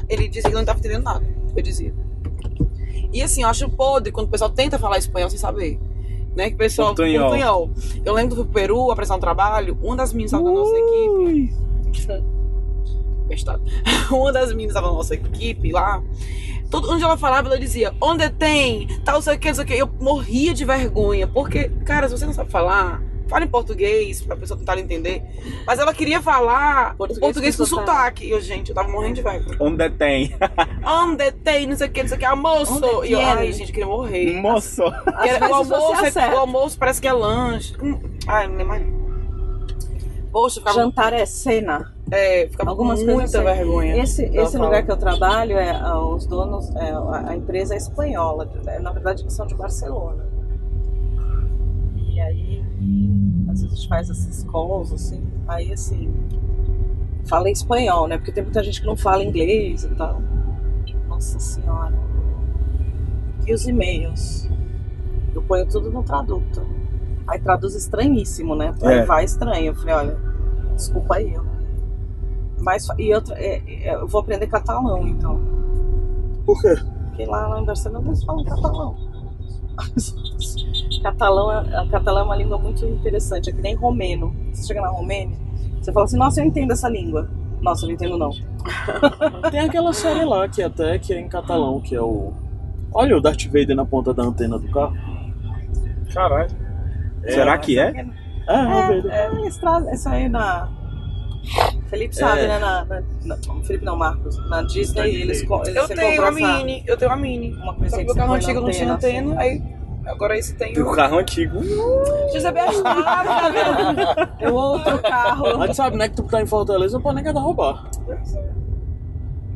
[SPEAKER 2] ele dizia que não estava entendendo nada do que eu dizia. E assim, eu acho podre quando o pessoal tenta falar espanhol sem saber. Né, que o pessoal.
[SPEAKER 4] Portunhol.
[SPEAKER 2] portunhol. Eu lembro do Peru, apresentar um trabalho, uma das meninas estava na nossa equipe bestado. Uma das meninas da nossa equipe lá, todo onde ela falava, ela dizia, onde tem, tal, sei o que, não sei o que. Eu morria de vergonha, porque, cara, se você não sabe falar, fala em português, pra pessoa tentar entender. Mas ela queria falar português, português
[SPEAKER 3] Português tá- com
[SPEAKER 2] com sotaque. E eu, gente, eu tava morrendo de vergonha.
[SPEAKER 4] Onde tem?
[SPEAKER 2] Onde tem, não sei o que, não sei o que, almoço.
[SPEAKER 3] Onde
[SPEAKER 2] E eu,
[SPEAKER 3] tiene?
[SPEAKER 2] ai, gente, eu queria morrer.
[SPEAKER 4] Moço.
[SPEAKER 3] Às
[SPEAKER 2] E era-
[SPEAKER 3] vezes
[SPEAKER 2] o, almoço
[SPEAKER 3] você
[SPEAKER 2] é-
[SPEAKER 3] acerta.
[SPEAKER 2] o almoço parece que é lanche. Hum, Ai, não é mais. Poxa, eu ficava,
[SPEAKER 3] Jantar é cena.
[SPEAKER 2] é, ficava com
[SPEAKER 3] Algumas coisas
[SPEAKER 2] muita
[SPEAKER 3] assim.
[SPEAKER 2] vergonha.
[SPEAKER 3] Esse,
[SPEAKER 2] Ela
[SPEAKER 3] esse
[SPEAKER 2] fala.
[SPEAKER 3] lugar que eu trabalho, é, ah, os donos, é, a- a empresa é espanhola. é, Na verdade, eles são de Barcelona. E aí, às vezes a gente faz esses calls, assim. Aí, assim, fala em espanhol, né? Porque tem muita gente que não fala inglês e tal. Nossa Senhora. E os e-mails? Eu ponho tudo no traduto. Aí traduz estranhíssimo, né? Aí
[SPEAKER 4] É.
[SPEAKER 3] vai estranho. Eu falei, olha, desculpa aí. eu- Mas, fa- e eu, tra- é, é, eu vou aprender catalão, então.
[SPEAKER 7] Por quê?
[SPEAKER 3] Porque lá, lá em Barcelona eles falam catalão. catalão, é, a catalão é uma língua muito interessante, é que nem romeno. Você chega na Romênia, você fala assim, nossa, eu entendo essa língua. Nossa, eu não entendo não.
[SPEAKER 6] Tem aquela série lá que até que é em catalão, que é o. Olha o Darth Vader na ponta da antena do carro.
[SPEAKER 7] Caralho.
[SPEAKER 4] Será que é?
[SPEAKER 6] É, é o Vader.
[SPEAKER 3] É, eles trazem isso aí na. Felipe sabe,
[SPEAKER 4] É.
[SPEAKER 3] né? Na, na, na- Felipe não, Marcos. Na Disney,
[SPEAKER 7] Na Disney.
[SPEAKER 3] eles, co- eles
[SPEAKER 2] Eu
[SPEAKER 3] você
[SPEAKER 2] tenho uma
[SPEAKER 3] compra essa-
[SPEAKER 2] mini, eu tenho uma mini.
[SPEAKER 3] Uma
[SPEAKER 2] Só
[SPEAKER 3] coisa
[SPEAKER 2] que
[SPEAKER 3] que
[SPEAKER 2] meu
[SPEAKER 3] você
[SPEAKER 2] carro
[SPEAKER 3] põe
[SPEAKER 2] antigo
[SPEAKER 3] na
[SPEAKER 2] não tinha
[SPEAKER 3] antena, assim.
[SPEAKER 2] antena, aí agora esse tem.
[SPEAKER 4] O carro antigo.
[SPEAKER 2] José Bernardo,
[SPEAKER 3] Ah,
[SPEAKER 2] tá vendo?
[SPEAKER 3] assim. É outro carro.
[SPEAKER 6] Mas sabe, né, que tu tá em Fortaleza pra negada roubar.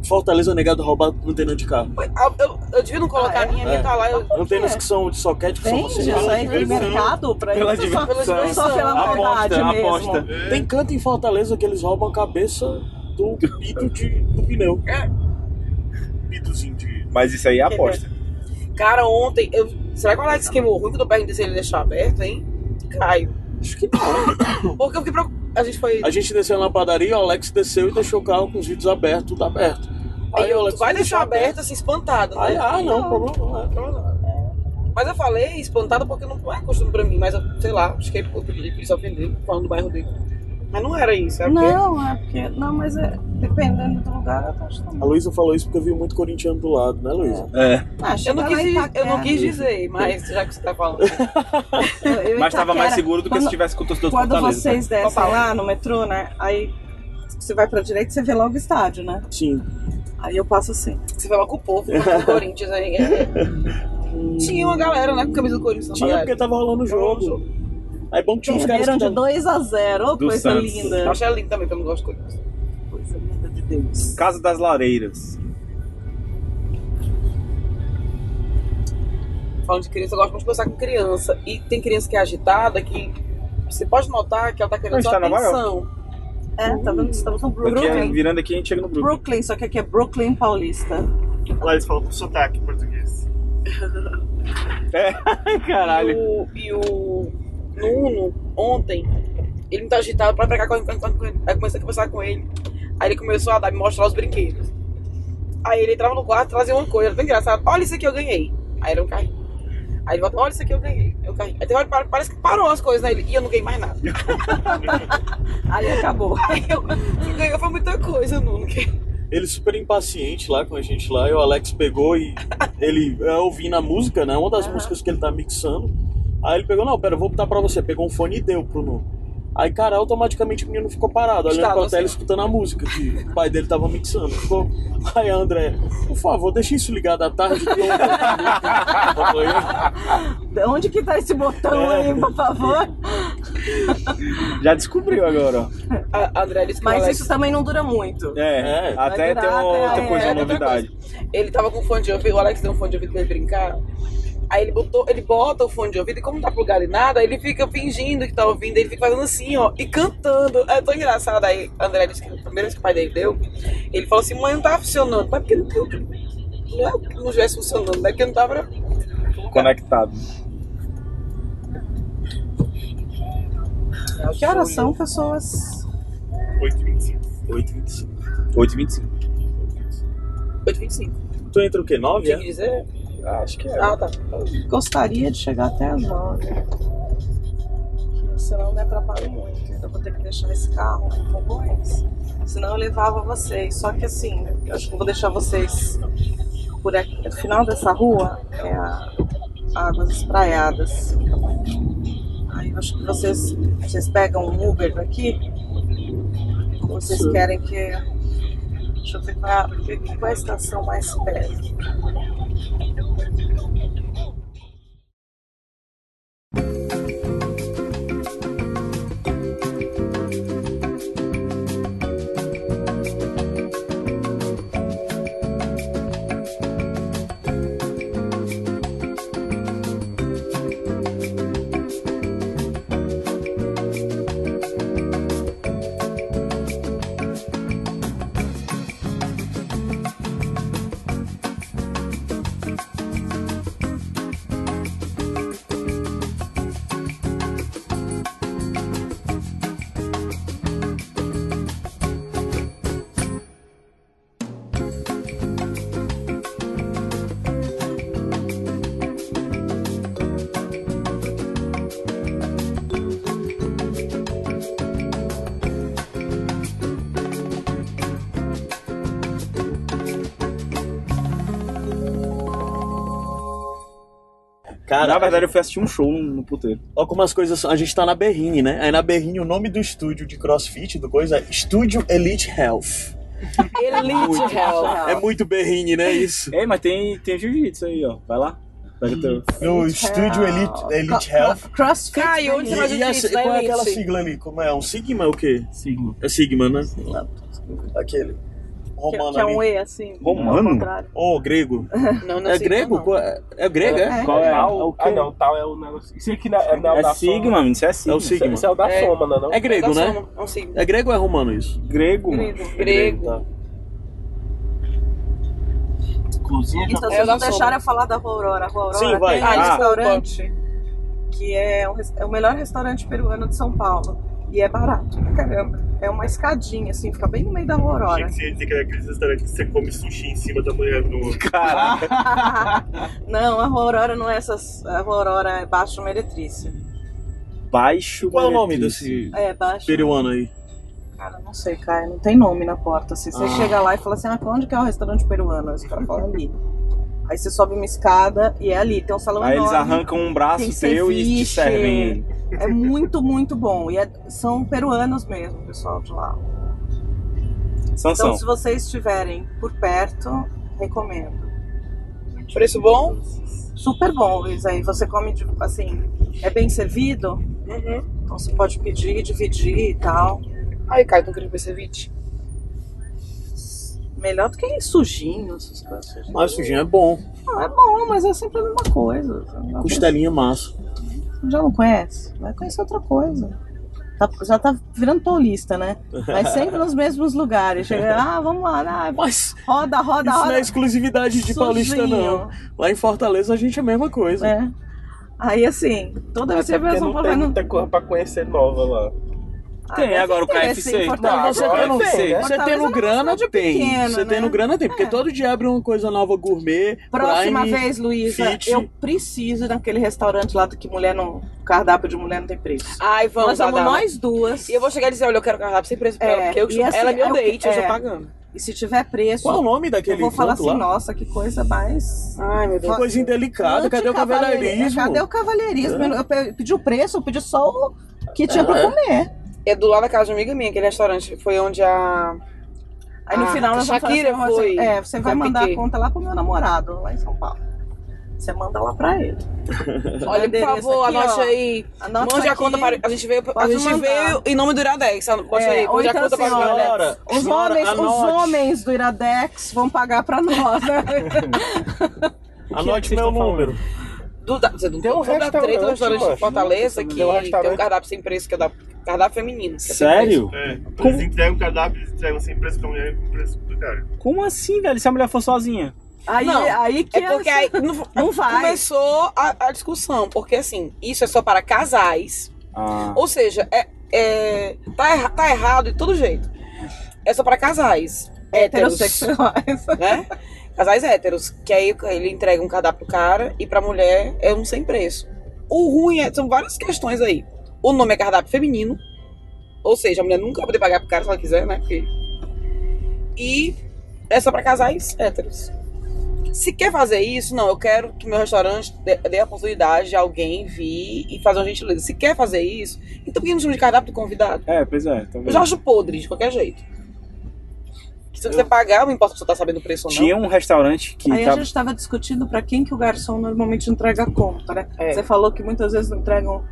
[SPEAKER 6] Fortaleza negado roubar antena de carro.
[SPEAKER 2] Eu, eu, eu devia não colocar
[SPEAKER 3] é? Ah, é?
[SPEAKER 2] a minha, a minha
[SPEAKER 6] É.
[SPEAKER 2] tá lá. Eu,
[SPEAKER 6] Antenas que são de soquete, que são
[SPEAKER 3] Vende isso aí, tem
[SPEAKER 6] vaciladas.
[SPEAKER 3] mercado pra
[SPEAKER 4] Pela
[SPEAKER 3] isso. Só,
[SPEAKER 2] diversão.
[SPEAKER 3] só pela
[SPEAKER 4] Aposta,
[SPEAKER 3] verdade mesmo.
[SPEAKER 4] aposta.
[SPEAKER 6] Tem canto em Fortaleza que eles roubam a cabeça do pito de, do pneu.
[SPEAKER 7] Pitozinho de.
[SPEAKER 4] Mas isso aí é aposta.
[SPEAKER 2] cara, ontem, eu, será que o Alex queimou ruim quando eu perguntei se ele deixou aberto, hein? Caio.
[SPEAKER 6] Acho que não.
[SPEAKER 2] Porque eu fiquei preocupada. A gente foi.
[SPEAKER 6] A gente desceu na padaria, o Alex desceu e deixou o carro com os vidros abertos, tudo aberto.
[SPEAKER 2] Aí eu, tu vai
[SPEAKER 6] "Deixa
[SPEAKER 2] deixar aberto, assim, espantado,
[SPEAKER 6] Aí,
[SPEAKER 2] né?
[SPEAKER 6] ah, não, problema não é.
[SPEAKER 2] Mas eu falei espantado porque não é costume pra mim, mas eu, sei lá, acho que é ele ele se ofendeu falando do bairro dele. Mas não era isso, era porque.
[SPEAKER 3] Não, é porque. Não, mas é, dependendo do lugar, eu tô achando.
[SPEAKER 6] A Luísa falou isso porque eu vi muito corintiano do lado, né, Luísa?
[SPEAKER 4] É.
[SPEAKER 3] Ah,
[SPEAKER 2] Eu
[SPEAKER 3] chega
[SPEAKER 2] não,
[SPEAKER 3] lá
[SPEAKER 2] quis,
[SPEAKER 3] em
[SPEAKER 2] dizer- eu não
[SPEAKER 3] Itaquera.
[SPEAKER 2] quis dizer, mas já que você tá falando.
[SPEAKER 3] Eu- eu em
[SPEAKER 4] Mas tava mais
[SPEAKER 3] Itaquera-
[SPEAKER 4] seguro do que se
[SPEAKER 3] quando-
[SPEAKER 4] tivesse com o torcedor de né?
[SPEAKER 3] Quando
[SPEAKER 4] Fortaleza.
[SPEAKER 3] vocês descem
[SPEAKER 2] Total.
[SPEAKER 3] lá no metrô, né? Aí você vai pra direita você vê logo o estádio, né?
[SPEAKER 6] Sim.
[SPEAKER 3] Aí eu passo assim.
[SPEAKER 2] Você vai lá com o povo, com o Corinthians aí. é. Tinha uma galera, né? Com camisa do Corinthians. na
[SPEAKER 6] Tinha
[SPEAKER 2] parada.
[SPEAKER 6] É porque tava rolando o jogo. Aí bom que
[SPEAKER 4] um
[SPEAKER 6] tinha uns caras
[SPEAKER 3] Perderam
[SPEAKER 6] que
[SPEAKER 3] de
[SPEAKER 6] tavam-
[SPEAKER 3] 2 a 0. Oh,
[SPEAKER 4] Do
[SPEAKER 3] coisa
[SPEAKER 4] Santos. Tá.
[SPEAKER 2] Eu
[SPEAKER 3] linda.
[SPEAKER 2] achei lindo também, porque eu não gosto de Corinthians.
[SPEAKER 3] Coisa linda de Deus.
[SPEAKER 4] Casa das Lareiras.
[SPEAKER 2] Falando de criança, eu gosto muito de conversar com criança. E tem criança que é agitada, que você pode notar que ela tá querendo
[SPEAKER 4] Mas
[SPEAKER 2] só
[SPEAKER 4] tá na Nova
[SPEAKER 2] atenção.
[SPEAKER 3] É, tá vendo? Estamos no
[SPEAKER 4] Porque é,
[SPEAKER 3] Brooklyn.
[SPEAKER 4] virando aqui a gente chega no Brooklyn.
[SPEAKER 3] Brooklyn, só que aqui é Brooklyn Paulista.
[SPEAKER 7] Lá eles falam com sotaque em português.
[SPEAKER 2] E o, e o Nuno, ontem, ele me tá agitado pra pegar correndo, correndo, correndo, correndo. Aí eu comecei a conversar com ele. Aí ele começou a dar, me mostrar os brinquedos. Aí ele entrava no quarto e trazia uma coisa, era tão engraçado. Olha isso aqui eu ganhei. Aí era um carrinho. Aí ele volta, olha isso aqui eu ganhei. Eu ganhei. Aí tem hora que para- parece que parou as coisas, né? Ele, e eu não ganhei mais nada.
[SPEAKER 3] Aí acabou.
[SPEAKER 2] Aí eu, quem ganhou foi muita coisa, Nuno. que-
[SPEAKER 6] Ele super impaciente lá com a gente lá, e o Alex pegou e ele é, ouvindo a música, né? Uma das
[SPEAKER 3] Aham.
[SPEAKER 6] músicas que ele tá mixando. Aí ele pegou, não, pera, eu vou botar pra você. Pegou um fone e deu pro Nuno. Aí, cara, automaticamente o menino ficou parado, olhando
[SPEAKER 2] Estava
[SPEAKER 6] pra tela e
[SPEAKER 2] assim.
[SPEAKER 6] escutando a música que o pai dele tava mixando. Ficou. Aí a André, por favor, deixa isso ligado a tarde toda.
[SPEAKER 3] Onde que tá esse botão
[SPEAKER 4] É.
[SPEAKER 3] aí, por favor?
[SPEAKER 4] Já descobriu agora, ó.
[SPEAKER 2] A a André disse que é o
[SPEAKER 3] Mas
[SPEAKER 2] Alex-
[SPEAKER 3] isso também não dura muito.
[SPEAKER 4] É,
[SPEAKER 6] É.
[SPEAKER 3] Vai
[SPEAKER 4] até
[SPEAKER 3] virar,
[SPEAKER 4] tem uma
[SPEAKER 3] até-
[SPEAKER 4] outra
[SPEAKER 3] é,
[SPEAKER 4] coisa, uma
[SPEAKER 2] outra
[SPEAKER 4] novidade.
[SPEAKER 2] Ele tava com fone de ouvido, o Alex deu um fone de ouvido pra ele brincar. Aí ele botou, ele bota o fone de ouvido e como não tá plugado em nada, ele fica fingindo que tá ouvindo, ele fica fazendo assim, ó, e cantando. É tão engraçado. Aí André disse que a primeira vez que o pai dele deu, ele falou assim, mãe, não tá funcionando. Mas porque não deu. Não é que não estivesse funcionando, né? Porque não tava.
[SPEAKER 4] Conectado.
[SPEAKER 6] Tá
[SPEAKER 3] Que horas são, pessoas?
[SPEAKER 7] 8,25.
[SPEAKER 6] 8h25.
[SPEAKER 4] 8h25.
[SPEAKER 2] 8h25.
[SPEAKER 6] Tu entra o quê? 9?
[SPEAKER 2] Tinha
[SPEAKER 6] É?
[SPEAKER 2] que dizer?
[SPEAKER 4] Acho que é.
[SPEAKER 2] Ah, tá.
[SPEAKER 3] Gostaria de chegar até as nove. Senão me atrapalha muito. Ainda vou ter que deixar esse carro um pouco antes. Senão eu levava vocês. Só que assim, eu acho que eu vou deixar vocês por aqui. No final dessa rua é a Águas Espraiadas. Aí eu acho que vocês, vocês pegam um Uber daqui. Ou Vocês querem que. Deixa eu ver qual é a, qual é a estação mais perto.
[SPEAKER 4] Na
[SPEAKER 6] Cara,
[SPEAKER 4] verdade, eu fui assistir um show no, no puteiro.
[SPEAKER 6] Olha como as coisas são. A gente tá na Berrine, né? Aí na Berrine o nome do estúdio de crossfit do coisa é Estúdio Elite Health. Tá
[SPEAKER 2] Elite Hell.
[SPEAKER 6] É muito Berrine, né? Isso.
[SPEAKER 4] Ei, mas tem, tem jiu-jitsu aí, ó. Vai lá. Pega teu.
[SPEAKER 6] No Estúdio Elite, Elite Health.
[SPEAKER 3] CrossFit. né,
[SPEAKER 2] Caio, onde
[SPEAKER 6] E,
[SPEAKER 2] você vai
[SPEAKER 6] e a-
[SPEAKER 2] jiu-jitsu?
[SPEAKER 6] qual é
[SPEAKER 2] Vai,
[SPEAKER 6] aquela
[SPEAKER 2] Elite.
[SPEAKER 6] sigla ali? Como é? Um Sigma é o quê?
[SPEAKER 4] Sigma.
[SPEAKER 6] É Sigma, né? Aquele.
[SPEAKER 3] Que,
[SPEAKER 6] Romano
[SPEAKER 3] que é um
[SPEAKER 6] ali.
[SPEAKER 3] E, assim.
[SPEAKER 4] Romano?
[SPEAKER 3] ao contrário.
[SPEAKER 6] Ou grego.
[SPEAKER 2] Não, não
[SPEAKER 6] É
[SPEAKER 2] sei
[SPEAKER 6] grego?
[SPEAKER 2] não.
[SPEAKER 6] Qual É é grego, é?
[SPEAKER 4] Qual é?
[SPEAKER 7] Tal,
[SPEAKER 4] É o quê?
[SPEAKER 7] Ah, não, tal é o negócio. Isso aqui na, é, na,
[SPEAKER 4] É
[SPEAKER 7] da
[SPEAKER 4] Sigma,
[SPEAKER 7] soma.
[SPEAKER 4] mano. Isso é Sigma.
[SPEAKER 6] É o Sigma.
[SPEAKER 7] Isso é o da
[SPEAKER 2] É.
[SPEAKER 7] soma, não é não?
[SPEAKER 6] É grego,
[SPEAKER 2] Dá
[SPEAKER 6] né?
[SPEAKER 2] soma, Não sei.
[SPEAKER 6] É grego ou é romano isso?
[SPEAKER 4] Grego,
[SPEAKER 8] Hum.
[SPEAKER 4] mano.
[SPEAKER 3] Grego.
[SPEAKER 2] Grego.
[SPEAKER 7] Inclusive,
[SPEAKER 3] Então,
[SPEAKER 2] É,
[SPEAKER 3] vocês
[SPEAKER 2] nós
[SPEAKER 3] não
[SPEAKER 2] somos.
[SPEAKER 3] deixaram eu falar da Aurora. A Aurora
[SPEAKER 6] Sim, vai.
[SPEAKER 3] tem um
[SPEAKER 2] Ah, desculpa.
[SPEAKER 3] restaurante que é, um res- é o melhor restaurante peruano de São Paulo. E é barato pra caramba. É uma escadinha, assim, fica bem no meio da
[SPEAKER 8] Achei
[SPEAKER 3] Aurora.
[SPEAKER 8] que você ia dizer que era aquele restaurante que você come sushi em cima da mulher nua.
[SPEAKER 4] Caraca.
[SPEAKER 3] não, a Aurora não é essas. A Aurora é baixo meretrício.
[SPEAKER 4] Baixo.
[SPEAKER 6] Qual é o nome
[SPEAKER 4] Meretriz.
[SPEAKER 6] desse
[SPEAKER 3] É, baixo.
[SPEAKER 6] peruano aí?
[SPEAKER 3] Cara, não sei, Caio, não tem nome na porta. Assim. Você
[SPEAKER 6] Ah.
[SPEAKER 3] chega lá e fala assim: ah, onde que é o restaurante peruano? Aí Os caras falam ali. Aí você sobe uma escada e é ali, tem um salão
[SPEAKER 4] Aí eles
[SPEAKER 3] enorme.
[SPEAKER 4] arrancam um braço
[SPEAKER 3] Tem
[SPEAKER 4] teu e te
[SPEAKER 3] ceviche.
[SPEAKER 4] servem.
[SPEAKER 3] É muito, muito bom. E é- são peruanos mesmo, o pessoal de lá.
[SPEAKER 4] Sansão.
[SPEAKER 3] Então, se vocês estiverem por perto, recomendo.
[SPEAKER 6] tá.
[SPEAKER 2] Preço bom?
[SPEAKER 3] Super bom, Luiz. Aí você come, tipo, assim, é bem servido,
[SPEAKER 2] Uhum.
[SPEAKER 3] então você pode pedir, dividir e tal.
[SPEAKER 2] Aí cai com creme de ceviche.
[SPEAKER 3] Melhor do que sujinho, essas coisas.
[SPEAKER 6] Mas o sujinho é bom.
[SPEAKER 3] Não, é bom, mas é sempre a mesma coisa. Uma coisa
[SPEAKER 6] Costelinha massa.
[SPEAKER 3] que Já não conhece? Vai conhecer outra coisa. Tá- já tá virando paulista, né? Mas sempre nos mesmos lugares. Chega, ah, vamos lá, ah,
[SPEAKER 6] Mas
[SPEAKER 3] roda, roda,
[SPEAKER 6] isso não é
[SPEAKER 3] roda.
[SPEAKER 6] exclusividade de paulista, não.
[SPEAKER 3] sujinho.
[SPEAKER 6] Lá em Fortaleza a gente é a mesma coisa.
[SPEAKER 3] É. Aí assim, toda vez
[SPEAKER 7] Mas
[SPEAKER 3] que
[SPEAKER 7] é
[SPEAKER 3] você vê
[SPEAKER 7] porque
[SPEAKER 3] São
[SPEAKER 7] não
[SPEAKER 3] Paulo,
[SPEAKER 7] tem
[SPEAKER 3] vai no-
[SPEAKER 7] muita coisa pra conhecer nova lá.
[SPEAKER 3] Ah,
[SPEAKER 6] é
[SPEAKER 4] Tem
[SPEAKER 3] mas
[SPEAKER 4] agora o
[SPEAKER 3] tem,
[SPEAKER 4] KFC.
[SPEAKER 3] sim,
[SPEAKER 4] Não,
[SPEAKER 3] Fortaleza
[SPEAKER 4] agora
[SPEAKER 3] tem.
[SPEAKER 4] eu não sei.
[SPEAKER 3] Fortaleza
[SPEAKER 6] Você
[SPEAKER 3] é
[SPEAKER 6] tendo
[SPEAKER 3] uma
[SPEAKER 6] grana,
[SPEAKER 3] cidade
[SPEAKER 6] tem.
[SPEAKER 3] pequena,
[SPEAKER 6] Você
[SPEAKER 3] né?
[SPEAKER 6] tendo grana, tem. Porque
[SPEAKER 3] É.
[SPEAKER 6] todo dia abre uma coisa nova gourmet.
[SPEAKER 3] Próxima
[SPEAKER 6] Prime.
[SPEAKER 3] vez, Luísa,
[SPEAKER 6] Fit.
[SPEAKER 3] eu preciso ir naquele restaurante lá do que mulher não. Cardápio de mulher não tem preço.
[SPEAKER 2] Ai, vamos,
[SPEAKER 3] nós vamos
[SPEAKER 2] Adama.
[SPEAKER 3] nós duas.
[SPEAKER 2] E eu vou chegar e dizer, olha, eu quero cardápio sem preço pra
[SPEAKER 3] É,
[SPEAKER 2] ela, porque eu,
[SPEAKER 3] e assim,
[SPEAKER 2] ela é
[SPEAKER 3] é
[SPEAKER 2] meu
[SPEAKER 3] o que-
[SPEAKER 2] date, eu estou
[SPEAKER 3] é.
[SPEAKER 2] pagando.
[SPEAKER 3] E se tiver preço,
[SPEAKER 6] Qual o nome
[SPEAKER 3] eu
[SPEAKER 6] daquele
[SPEAKER 3] vou falar
[SPEAKER 6] canto
[SPEAKER 3] assim,
[SPEAKER 6] lá?
[SPEAKER 3] nossa, que coisa mais.
[SPEAKER 2] Ai, meu
[SPEAKER 6] Que
[SPEAKER 2] Deus.
[SPEAKER 3] então.
[SPEAKER 6] coisa indelicada. Cadê o
[SPEAKER 3] Anticavaleri-
[SPEAKER 6] cavalheirismo?
[SPEAKER 3] né?
[SPEAKER 6] É.
[SPEAKER 3] Cadê o cavalheirismo? Eu pe- pedi o preço, eu pedi só o que tinha pra comer.
[SPEAKER 2] É do lado da casa de uma amiga minha, aquele restaurante. Foi onde a.
[SPEAKER 3] Aí no
[SPEAKER 2] Ah,
[SPEAKER 3] final
[SPEAKER 2] a
[SPEAKER 3] nós vamos falar
[SPEAKER 2] Shakira
[SPEAKER 3] assim, você-
[SPEAKER 2] foi
[SPEAKER 3] É, você vai
[SPEAKER 2] com
[SPEAKER 3] mandar
[SPEAKER 2] Piquet.
[SPEAKER 3] a conta lá pro meu namorado, lá em São Paulo. Você manda lá pra ele.
[SPEAKER 2] Olha, por
[SPEAKER 3] Endereço
[SPEAKER 2] favor,
[SPEAKER 3] aqui,
[SPEAKER 2] anote
[SPEAKER 3] ó.
[SPEAKER 2] aí.
[SPEAKER 3] Anota
[SPEAKER 2] Mande a
[SPEAKER 3] aqui.
[SPEAKER 2] conta para. A gente veio, a
[SPEAKER 3] Pode
[SPEAKER 2] gente
[SPEAKER 3] mandar.
[SPEAKER 2] veio em nome do Iradex. Bota
[SPEAKER 3] É,
[SPEAKER 2] aí.
[SPEAKER 3] ou
[SPEAKER 2] Mande a
[SPEAKER 3] então
[SPEAKER 2] conta para
[SPEAKER 3] assim, olha,
[SPEAKER 2] Iradex.
[SPEAKER 6] Senhora,
[SPEAKER 3] Os
[SPEAKER 6] senhora,
[SPEAKER 3] homens, os
[SPEAKER 6] anote.
[SPEAKER 3] homens do Iradex vão pagar pra nós, né? é
[SPEAKER 2] é
[SPEAKER 6] Anote meu número.
[SPEAKER 2] Do, da, do,
[SPEAKER 7] Tem um
[SPEAKER 2] do- da treta do
[SPEAKER 7] restaurante,
[SPEAKER 2] restaurante de
[SPEAKER 7] mano.
[SPEAKER 2] Fortaleza que
[SPEAKER 7] Tem um
[SPEAKER 2] tem um
[SPEAKER 7] restaurante.
[SPEAKER 2] cardápio sem preço, que é da cardápio feminino. que é sem
[SPEAKER 4] Sério?
[SPEAKER 8] É,
[SPEAKER 4] Como?
[SPEAKER 8] eles entregam o cardápio, eles entregam sem preço pra mulher e com preço pro cara.
[SPEAKER 4] Como assim, velho? Se a mulher for sozinha?
[SPEAKER 3] Aí,
[SPEAKER 2] Não,
[SPEAKER 3] aí que
[SPEAKER 2] preço. É porque aí não,
[SPEAKER 3] não vai.
[SPEAKER 2] começou a, a discussão, porque assim, isso é só para casais.
[SPEAKER 4] Ah.
[SPEAKER 2] Ou seja, é, é- tá, erra- tá errado de todo jeito. É só para casais. Héteros.
[SPEAKER 3] heterossexuais.
[SPEAKER 2] né? Casais héteros. Que aí ele entrega um cardápio pro cara e pra mulher é um sem preço. O ruim é. São várias questões aí. O nome é cardápio feminino. Ou seja, a mulher nunca vai poder pagar pro cara se ela quiser, né? Porque... E é só pra casais héteros. Se quer fazer isso, não, eu quero que meu restaurante dê, dê a oportunidade de alguém vir e fazer uma gentileza. Se quer fazer isso, então por que não chama de cardápio do convidado?
[SPEAKER 4] É, pois é. tá vendo?
[SPEAKER 2] Eu já acho podre, de qualquer jeito. Se você pagar, não importa se você tá sabendo o preço ou não.
[SPEAKER 4] Tinha um restaurante que tá
[SPEAKER 3] Aí a
[SPEAKER 4] tava...
[SPEAKER 3] gente estava discutindo pra quem que o garçom normalmente entrega a conta, né?
[SPEAKER 2] É.
[SPEAKER 3] Você falou que muitas vezes não entregam.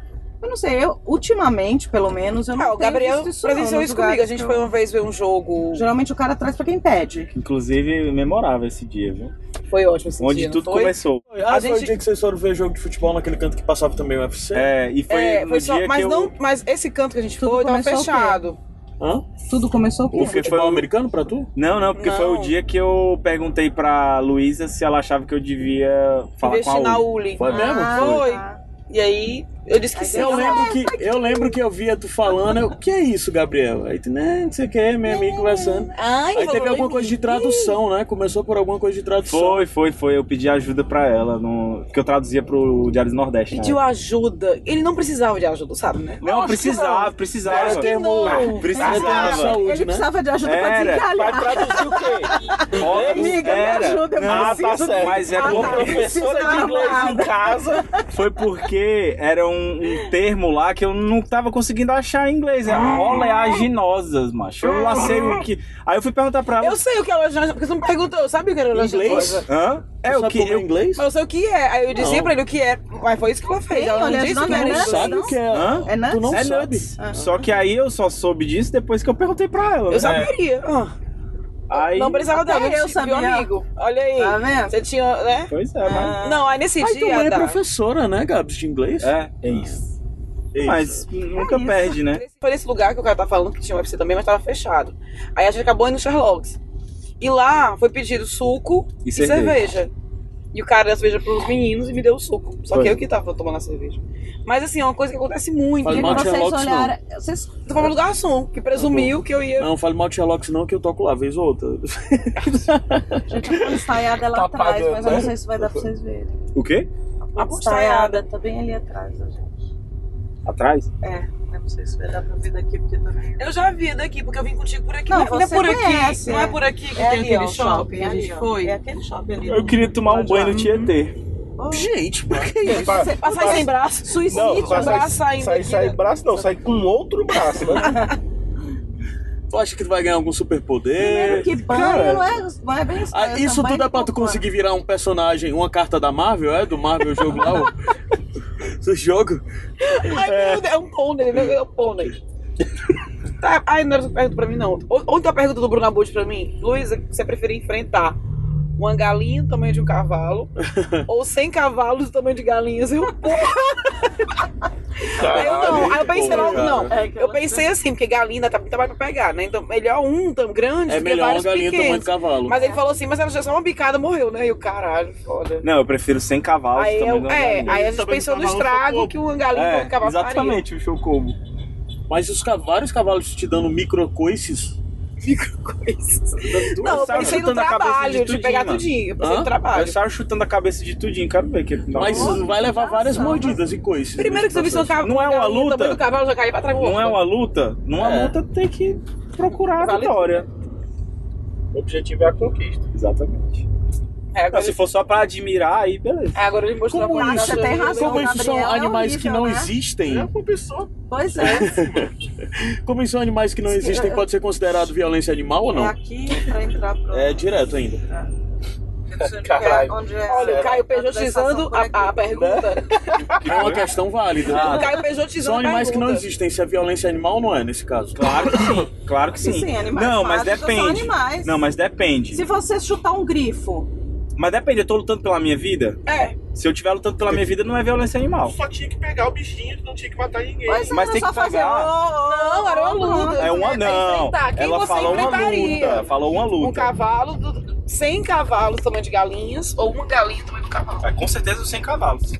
[SPEAKER 3] Eu não sei, eu ultimamente, pelo menos, eu não
[SPEAKER 2] Ah, o
[SPEAKER 3] tenho
[SPEAKER 2] Gabriel
[SPEAKER 3] visto isso não
[SPEAKER 2] presenciou
[SPEAKER 3] nos
[SPEAKER 2] isso
[SPEAKER 3] lugares
[SPEAKER 2] comigo. A gente
[SPEAKER 3] que eu-
[SPEAKER 2] foi uma vez ver um jogo.
[SPEAKER 3] Geralmente o cara traz pra quem pede.
[SPEAKER 4] Inclusive, memorável esse dia, viu?
[SPEAKER 2] Foi ótimo esse
[SPEAKER 4] Onde
[SPEAKER 2] dia, não
[SPEAKER 4] tudo
[SPEAKER 2] foi?
[SPEAKER 4] começou.
[SPEAKER 6] Ah,
[SPEAKER 2] A
[SPEAKER 6] foi
[SPEAKER 2] gente-
[SPEAKER 6] o dia que vocês foram ver jogo de futebol naquele canto que passava também o UFC?
[SPEAKER 4] É, e foi
[SPEAKER 2] É,
[SPEAKER 4] no
[SPEAKER 2] foi só,
[SPEAKER 4] dia
[SPEAKER 2] mas
[SPEAKER 4] que
[SPEAKER 2] não,
[SPEAKER 4] eu...
[SPEAKER 2] mas esse canto que a gente
[SPEAKER 3] Tudo
[SPEAKER 2] foi tava
[SPEAKER 3] começou o quê?
[SPEAKER 2] fechado.
[SPEAKER 6] Hã?
[SPEAKER 3] Tudo começou um. o quê?
[SPEAKER 6] O futebol
[SPEAKER 4] foi o-
[SPEAKER 6] um americano pra tu?
[SPEAKER 4] Não, não, porque foi o
[SPEAKER 2] Não.
[SPEAKER 4] dia que eu perguntei pra Luísa se ela achava que eu devia falar
[SPEAKER 2] Investir
[SPEAKER 4] com a
[SPEAKER 2] na
[SPEAKER 4] Uli.
[SPEAKER 2] Uli.
[SPEAKER 6] Foi mesmo?
[SPEAKER 3] Ah,
[SPEAKER 2] Foi.
[SPEAKER 3] tá.
[SPEAKER 2] E aí eu disse que
[SPEAKER 3] Aí
[SPEAKER 2] sim.
[SPEAKER 3] deu
[SPEAKER 6] Eu
[SPEAKER 2] Ela-
[SPEAKER 6] lembro, que, eu lembro que eu via tu falando, eu, que é isso, Gabriel? Aí tu, né, não sei o que, minha amiga conversando.
[SPEAKER 3] é
[SPEAKER 2] Ai,
[SPEAKER 6] Aí
[SPEAKER 2] falou
[SPEAKER 6] teve
[SPEAKER 2] em
[SPEAKER 6] alguma
[SPEAKER 2] mim.
[SPEAKER 6] coisa de tradução, né? Começou por alguma coisa de tradução.
[SPEAKER 4] Foi, foi, foi. Eu pedi ajuda pra ela, no... porque eu traduzia pro Diário do Nordeste. né?
[SPEAKER 2] Pediu ajuda. Ele não precisava de ajuda, sabe, né?
[SPEAKER 4] Não, precisava,
[SPEAKER 6] Era
[SPEAKER 4] precisava.
[SPEAKER 6] termo, era termo de
[SPEAKER 4] Precisava.
[SPEAKER 3] Ele
[SPEAKER 6] saúde, né?
[SPEAKER 3] precisava de ajuda pra
[SPEAKER 4] Era.
[SPEAKER 7] Vai
[SPEAKER 3] desencalhar.
[SPEAKER 7] traduzir o quê? Inglês?
[SPEAKER 3] Amiga, me
[SPEAKER 4] Era.
[SPEAKER 3] ajuda, eu
[SPEAKER 4] Não,
[SPEAKER 7] Ah, tá
[SPEAKER 3] preciso.
[SPEAKER 7] certo.
[SPEAKER 4] Mas é
[SPEAKER 3] Ah,
[SPEAKER 7] Uma
[SPEAKER 3] tá.
[SPEAKER 4] porque...
[SPEAKER 7] professora de
[SPEAKER 3] Preciso
[SPEAKER 7] inglês em
[SPEAKER 3] nada.
[SPEAKER 7] casa.
[SPEAKER 4] Foi porque era um, um termo lá que eu não tava conseguindo achar em inglês. É
[SPEAKER 3] Ah.
[SPEAKER 4] oleaginosas, macho. Eu lá sei o que. Aí eu fui perguntar pra ela.
[SPEAKER 2] Eu sei o que é oleaginosa, porque você me perguntou, sabe o que é oleaginosa?
[SPEAKER 4] Hã? É o
[SPEAKER 6] Sabe
[SPEAKER 4] que?
[SPEAKER 6] como é
[SPEAKER 4] Eu...
[SPEAKER 6] inglês?
[SPEAKER 2] Mas eu sei o que é. Aí eu dizia
[SPEAKER 6] Não.
[SPEAKER 2] pra ele o que é. Mas foi isso que ela fez.
[SPEAKER 3] Tem
[SPEAKER 2] Ela não disse
[SPEAKER 3] oleaginosa,
[SPEAKER 2] que era isso.
[SPEAKER 3] né?
[SPEAKER 6] Tu sabe o que é?
[SPEAKER 4] Hã?
[SPEAKER 3] É nuts? Ah.
[SPEAKER 6] Tu não
[SPEAKER 4] É
[SPEAKER 6] sabe.
[SPEAKER 4] nuts. Só que aí eu só soube disso depois que eu perguntei pra ela. né?
[SPEAKER 2] Eu saberia. Ah,
[SPEAKER 4] Aí...
[SPEAKER 2] não precisava
[SPEAKER 3] Até
[SPEAKER 2] dela,
[SPEAKER 3] É, eu
[SPEAKER 2] eu sabia.
[SPEAKER 3] sabia.
[SPEAKER 2] amigo. Olha aí.
[SPEAKER 3] Tá vendo?
[SPEAKER 2] Você tinha, né?
[SPEAKER 4] Pois é, mas.
[SPEAKER 3] Ah.
[SPEAKER 2] Não, aí nesse
[SPEAKER 6] Aí tu
[SPEAKER 2] dia.
[SPEAKER 6] é
[SPEAKER 2] da-
[SPEAKER 6] professora, né, Gabs, de inglês?
[SPEAKER 4] É.
[SPEAKER 7] É isso. É
[SPEAKER 4] Mas nunca
[SPEAKER 3] É isso.
[SPEAKER 4] perde, né?
[SPEAKER 2] Foi nesse lugar que o cara tá falando que tinha um UFC também, mas tava fechado. Aí a gente acabou indo no Sherlock's. E lá foi pedido suco
[SPEAKER 4] E
[SPEAKER 2] e,
[SPEAKER 4] cerveja.
[SPEAKER 2] cerveja. E o cara deu a cerveja pros meninos e me deu o suco. Só
[SPEAKER 4] Foi.
[SPEAKER 2] que eu que tava tomando a cerveja. Mas assim, é uma coisa que acontece muito.
[SPEAKER 6] Faz
[SPEAKER 3] E
[SPEAKER 2] Eu
[SPEAKER 6] mal.
[SPEAKER 2] tava
[SPEAKER 6] Não tinha
[SPEAKER 3] vocês
[SPEAKER 6] Locks, não.
[SPEAKER 3] olharam. Vocês
[SPEAKER 2] falando do garçom, que presumiu que eu ia.
[SPEAKER 6] Não, fale mal de Sherlock, não, que eu toco lá, vez ou outra.
[SPEAKER 3] Gente, a polistaiada lá
[SPEAKER 7] Tá
[SPEAKER 3] atrás,
[SPEAKER 7] apagando,
[SPEAKER 3] mas eu não
[SPEAKER 7] né?
[SPEAKER 3] sei se vai dar pra vocês verem.
[SPEAKER 4] O quê?
[SPEAKER 2] A polistaiada.
[SPEAKER 3] tá bem ali atrás, ó, gente.
[SPEAKER 4] Atrás?
[SPEAKER 3] É, eu não sei se vai dar pra ver daqui, porque tá- também.
[SPEAKER 2] Eu já vi daqui, porque eu vim contigo por aqui.
[SPEAKER 3] Não,
[SPEAKER 2] Não, não é
[SPEAKER 3] você
[SPEAKER 2] por
[SPEAKER 3] conhece,
[SPEAKER 2] aqui. Não é
[SPEAKER 3] é.
[SPEAKER 2] por aqui que
[SPEAKER 3] É
[SPEAKER 2] tem
[SPEAKER 3] ali, ó,
[SPEAKER 2] aquele
[SPEAKER 3] o
[SPEAKER 2] shopping
[SPEAKER 3] shopping.
[SPEAKER 2] que a gente
[SPEAKER 3] ali, ó.
[SPEAKER 2] foi.
[SPEAKER 3] É aquele shopping ali.
[SPEAKER 4] Eu queria tomar um
[SPEAKER 2] Uhum.
[SPEAKER 4] banho no
[SPEAKER 6] É
[SPEAKER 4] Tietê.
[SPEAKER 6] Gente, por que isso?
[SPEAKER 7] Pra-
[SPEAKER 2] Passar sem braço.
[SPEAKER 7] Não,
[SPEAKER 2] Suicídio,
[SPEAKER 7] pra
[SPEAKER 2] braço
[SPEAKER 7] sair,
[SPEAKER 2] saindo né?
[SPEAKER 7] sair,
[SPEAKER 2] aqui.
[SPEAKER 7] sair braço não, sair com outro braço, né?
[SPEAKER 6] Tu acha que tu vai ganhar algum superpoder?
[SPEAKER 3] Primeiro que banho
[SPEAKER 6] Cara,
[SPEAKER 3] não, é, não é bem
[SPEAKER 6] Ah, isso tudo é pra tu conseguir virar um personagem, uma carta da Marvel, é? Do Marvel jogo lá, o... Do jogo?
[SPEAKER 2] Ai, meu Deus, é um pônei, né? É um pônei. Tá, ai, não era essa pergunta pra mim, não. Ou- Outra pergunta do Bruno Abud pra mim. Luísa, você preferia enfrentar uma galinha do tamanho de um cavalo ou 100 cavalos do tamanho de galinhas? Eu, porra! Aí eu não. Aí eu pensei
[SPEAKER 6] Porra,
[SPEAKER 2] logo,
[SPEAKER 6] cara.
[SPEAKER 2] não.
[SPEAKER 3] É, que
[SPEAKER 2] Eu
[SPEAKER 3] ela-
[SPEAKER 2] pensei assim, porque galinha tá muito mais pra pegar, né? Então, melhor um tão grande
[SPEAKER 6] É
[SPEAKER 2] do que
[SPEAKER 6] melhor uma
[SPEAKER 2] vários
[SPEAKER 6] galinha do tamanho de
[SPEAKER 2] pequenos.
[SPEAKER 6] cavalo.
[SPEAKER 2] Mas ele falou assim, mas ela já só uma picada morreu, né? E o caralho, foda.
[SPEAKER 4] Não, eu prefiro sem cavalos
[SPEAKER 2] Aí,
[SPEAKER 4] também.
[SPEAKER 2] eu,
[SPEAKER 4] não
[SPEAKER 2] é,
[SPEAKER 4] dá, não.
[SPEAKER 2] aí a gente
[SPEAKER 8] Também
[SPEAKER 2] pensou no
[SPEAKER 8] cavalo
[SPEAKER 2] estrago
[SPEAKER 8] socorro.
[SPEAKER 2] que um galinho
[SPEAKER 4] um É,
[SPEAKER 2] é, um cavalo faria.
[SPEAKER 4] exatamente, o Chocobo.
[SPEAKER 6] Mas os ca- vários cavalos te dando microcoices.
[SPEAKER 2] Não, eu pensei no trabalho, de, pegar tudinho. Eu pensei
[SPEAKER 6] Hã?
[SPEAKER 2] no
[SPEAKER 4] Eu
[SPEAKER 2] trabalho.
[SPEAKER 4] estava chutando a cabeça de tudinho, quero ver que não,
[SPEAKER 6] Mas isso vai levar várias mordidas e coices.
[SPEAKER 2] Primeiro que você viu
[SPEAKER 6] nesse
[SPEAKER 2] seu
[SPEAKER 6] processo.
[SPEAKER 2] cavalo.
[SPEAKER 4] Não é uma luta?
[SPEAKER 2] do cavalo já caiu pra trás.
[SPEAKER 4] não é uma luta. Numa
[SPEAKER 6] É.
[SPEAKER 4] luta tem que procurar a
[SPEAKER 2] Vale
[SPEAKER 4] vitória.
[SPEAKER 7] O objetivo é a conquista.
[SPEAKER 4] Exatamente.
[SPEAKER 2] É,
[SPEAKER 4] Não,
[SPEAKER 2] agora,
[SPEAKER 4] se for só pra admirar, aí beleza.
[SPEAKER 2] é, agora ele mostrou né?
[SPEAKER 6] Como
[SPEAKER 2] a
[SPEAKER 6] isso?
[SPEAKER 3] Você tem razão,
[SPEAKER 6] Como isso são
[SPEAKER 3] Gabriel, é
[SPEAKER 6] animais que
[SPEAKER 3] horrível,
[SPEAKER 6] não
[SPEAKER 3] né?
[SPEAKER 6] existem?
[SPEAKER 7] É uma pessoa.
[SPEAKER 3] Pois é,
[SPEAKER 6] Como isso são animais que não existem? Pode ser considerado violência animal ou
[SPEAKER 3] é
[SPEAKER 6] não?
[SPEAKER 3] aqui pra entrar pro... É.
[SPEAKER 6] É direto ainda.
[SPEAKER 7] Caralho.
[SPEAKER 3] onde é
[SPEAKER 2] Olha, o
[SPEAKER 3] a-
[SPEAKER 2] Caio
[SPEAKER 3] a prestação
[SPEAKER 2] pejotizando
[SPEAKER 3] por aqui.
[SPEAKER 2] a, a pergunta.
[SPEAKER 6] É uma questão válida.
[SPEAKER 2] O Caio
[SPEAKER 6] São
[SPEAKER 2] pejotizando a
[SPEAKER 6] animais que não
[SPEAKER 2] pergunta.
[SPEAKER 6] existem. Se é violência animal, não é nesse caso.
[SPEAKER 4] Claro que sim. Claro que sim.
[SPEAKER 3] Sim, animais
[SPEAKER 4] não, mas
[SPEAKER 3] fálicos são
[SPEAKER 4] depende.
[SPEAKER 3] animais.
[SPEAKER 4] Não, mas depende.
[SPEAKER 3] Se você chutar um grifo,
[SPEAKER 4] Mas depende, eu tô lutando pela minha vida.
[SPEAKER 2] É,
[SPEAKER 4] Se eu tiver lutando pela minha vida, não é violência animal.
[SPEAKER 8] Só tinha que pegar o bichinho, tu não tinha que matar ninguém.
[SPEAKER 3] pois é,
[SPEAKER 4] Mas
[SPEAKER 3] não é
[SPEAKER 4] tem
[SPEAKER 3] só
[SPEAKER 4] que
[SPEAKER 3] fazer...
[SPEAKER 4] pegar.
[SPEAKER 2] Não, era uma luta.
[SPEAKER 4] É uma
[SPEAKER 2] É
[SPEAKER 4] não.
[SPEAKER 2] enfrentar. Quem
[SPEAKER 4] Ela
[SPEAKER 2] você
[SPEAKER 4] falou uma
[SPEAKER 2] enfrentaria?
[SPEAKER 4] luta. Falou uma
[SPEAKER 2] um
[SPEAKER 4] luta.
[SPEAKER 2] cavalo, do, 100 cavalos do tamanho de galinhas ou uma galinha do tamanho do cavalo.
[SPEAKER 5] É, com certeza os 100 cavalos.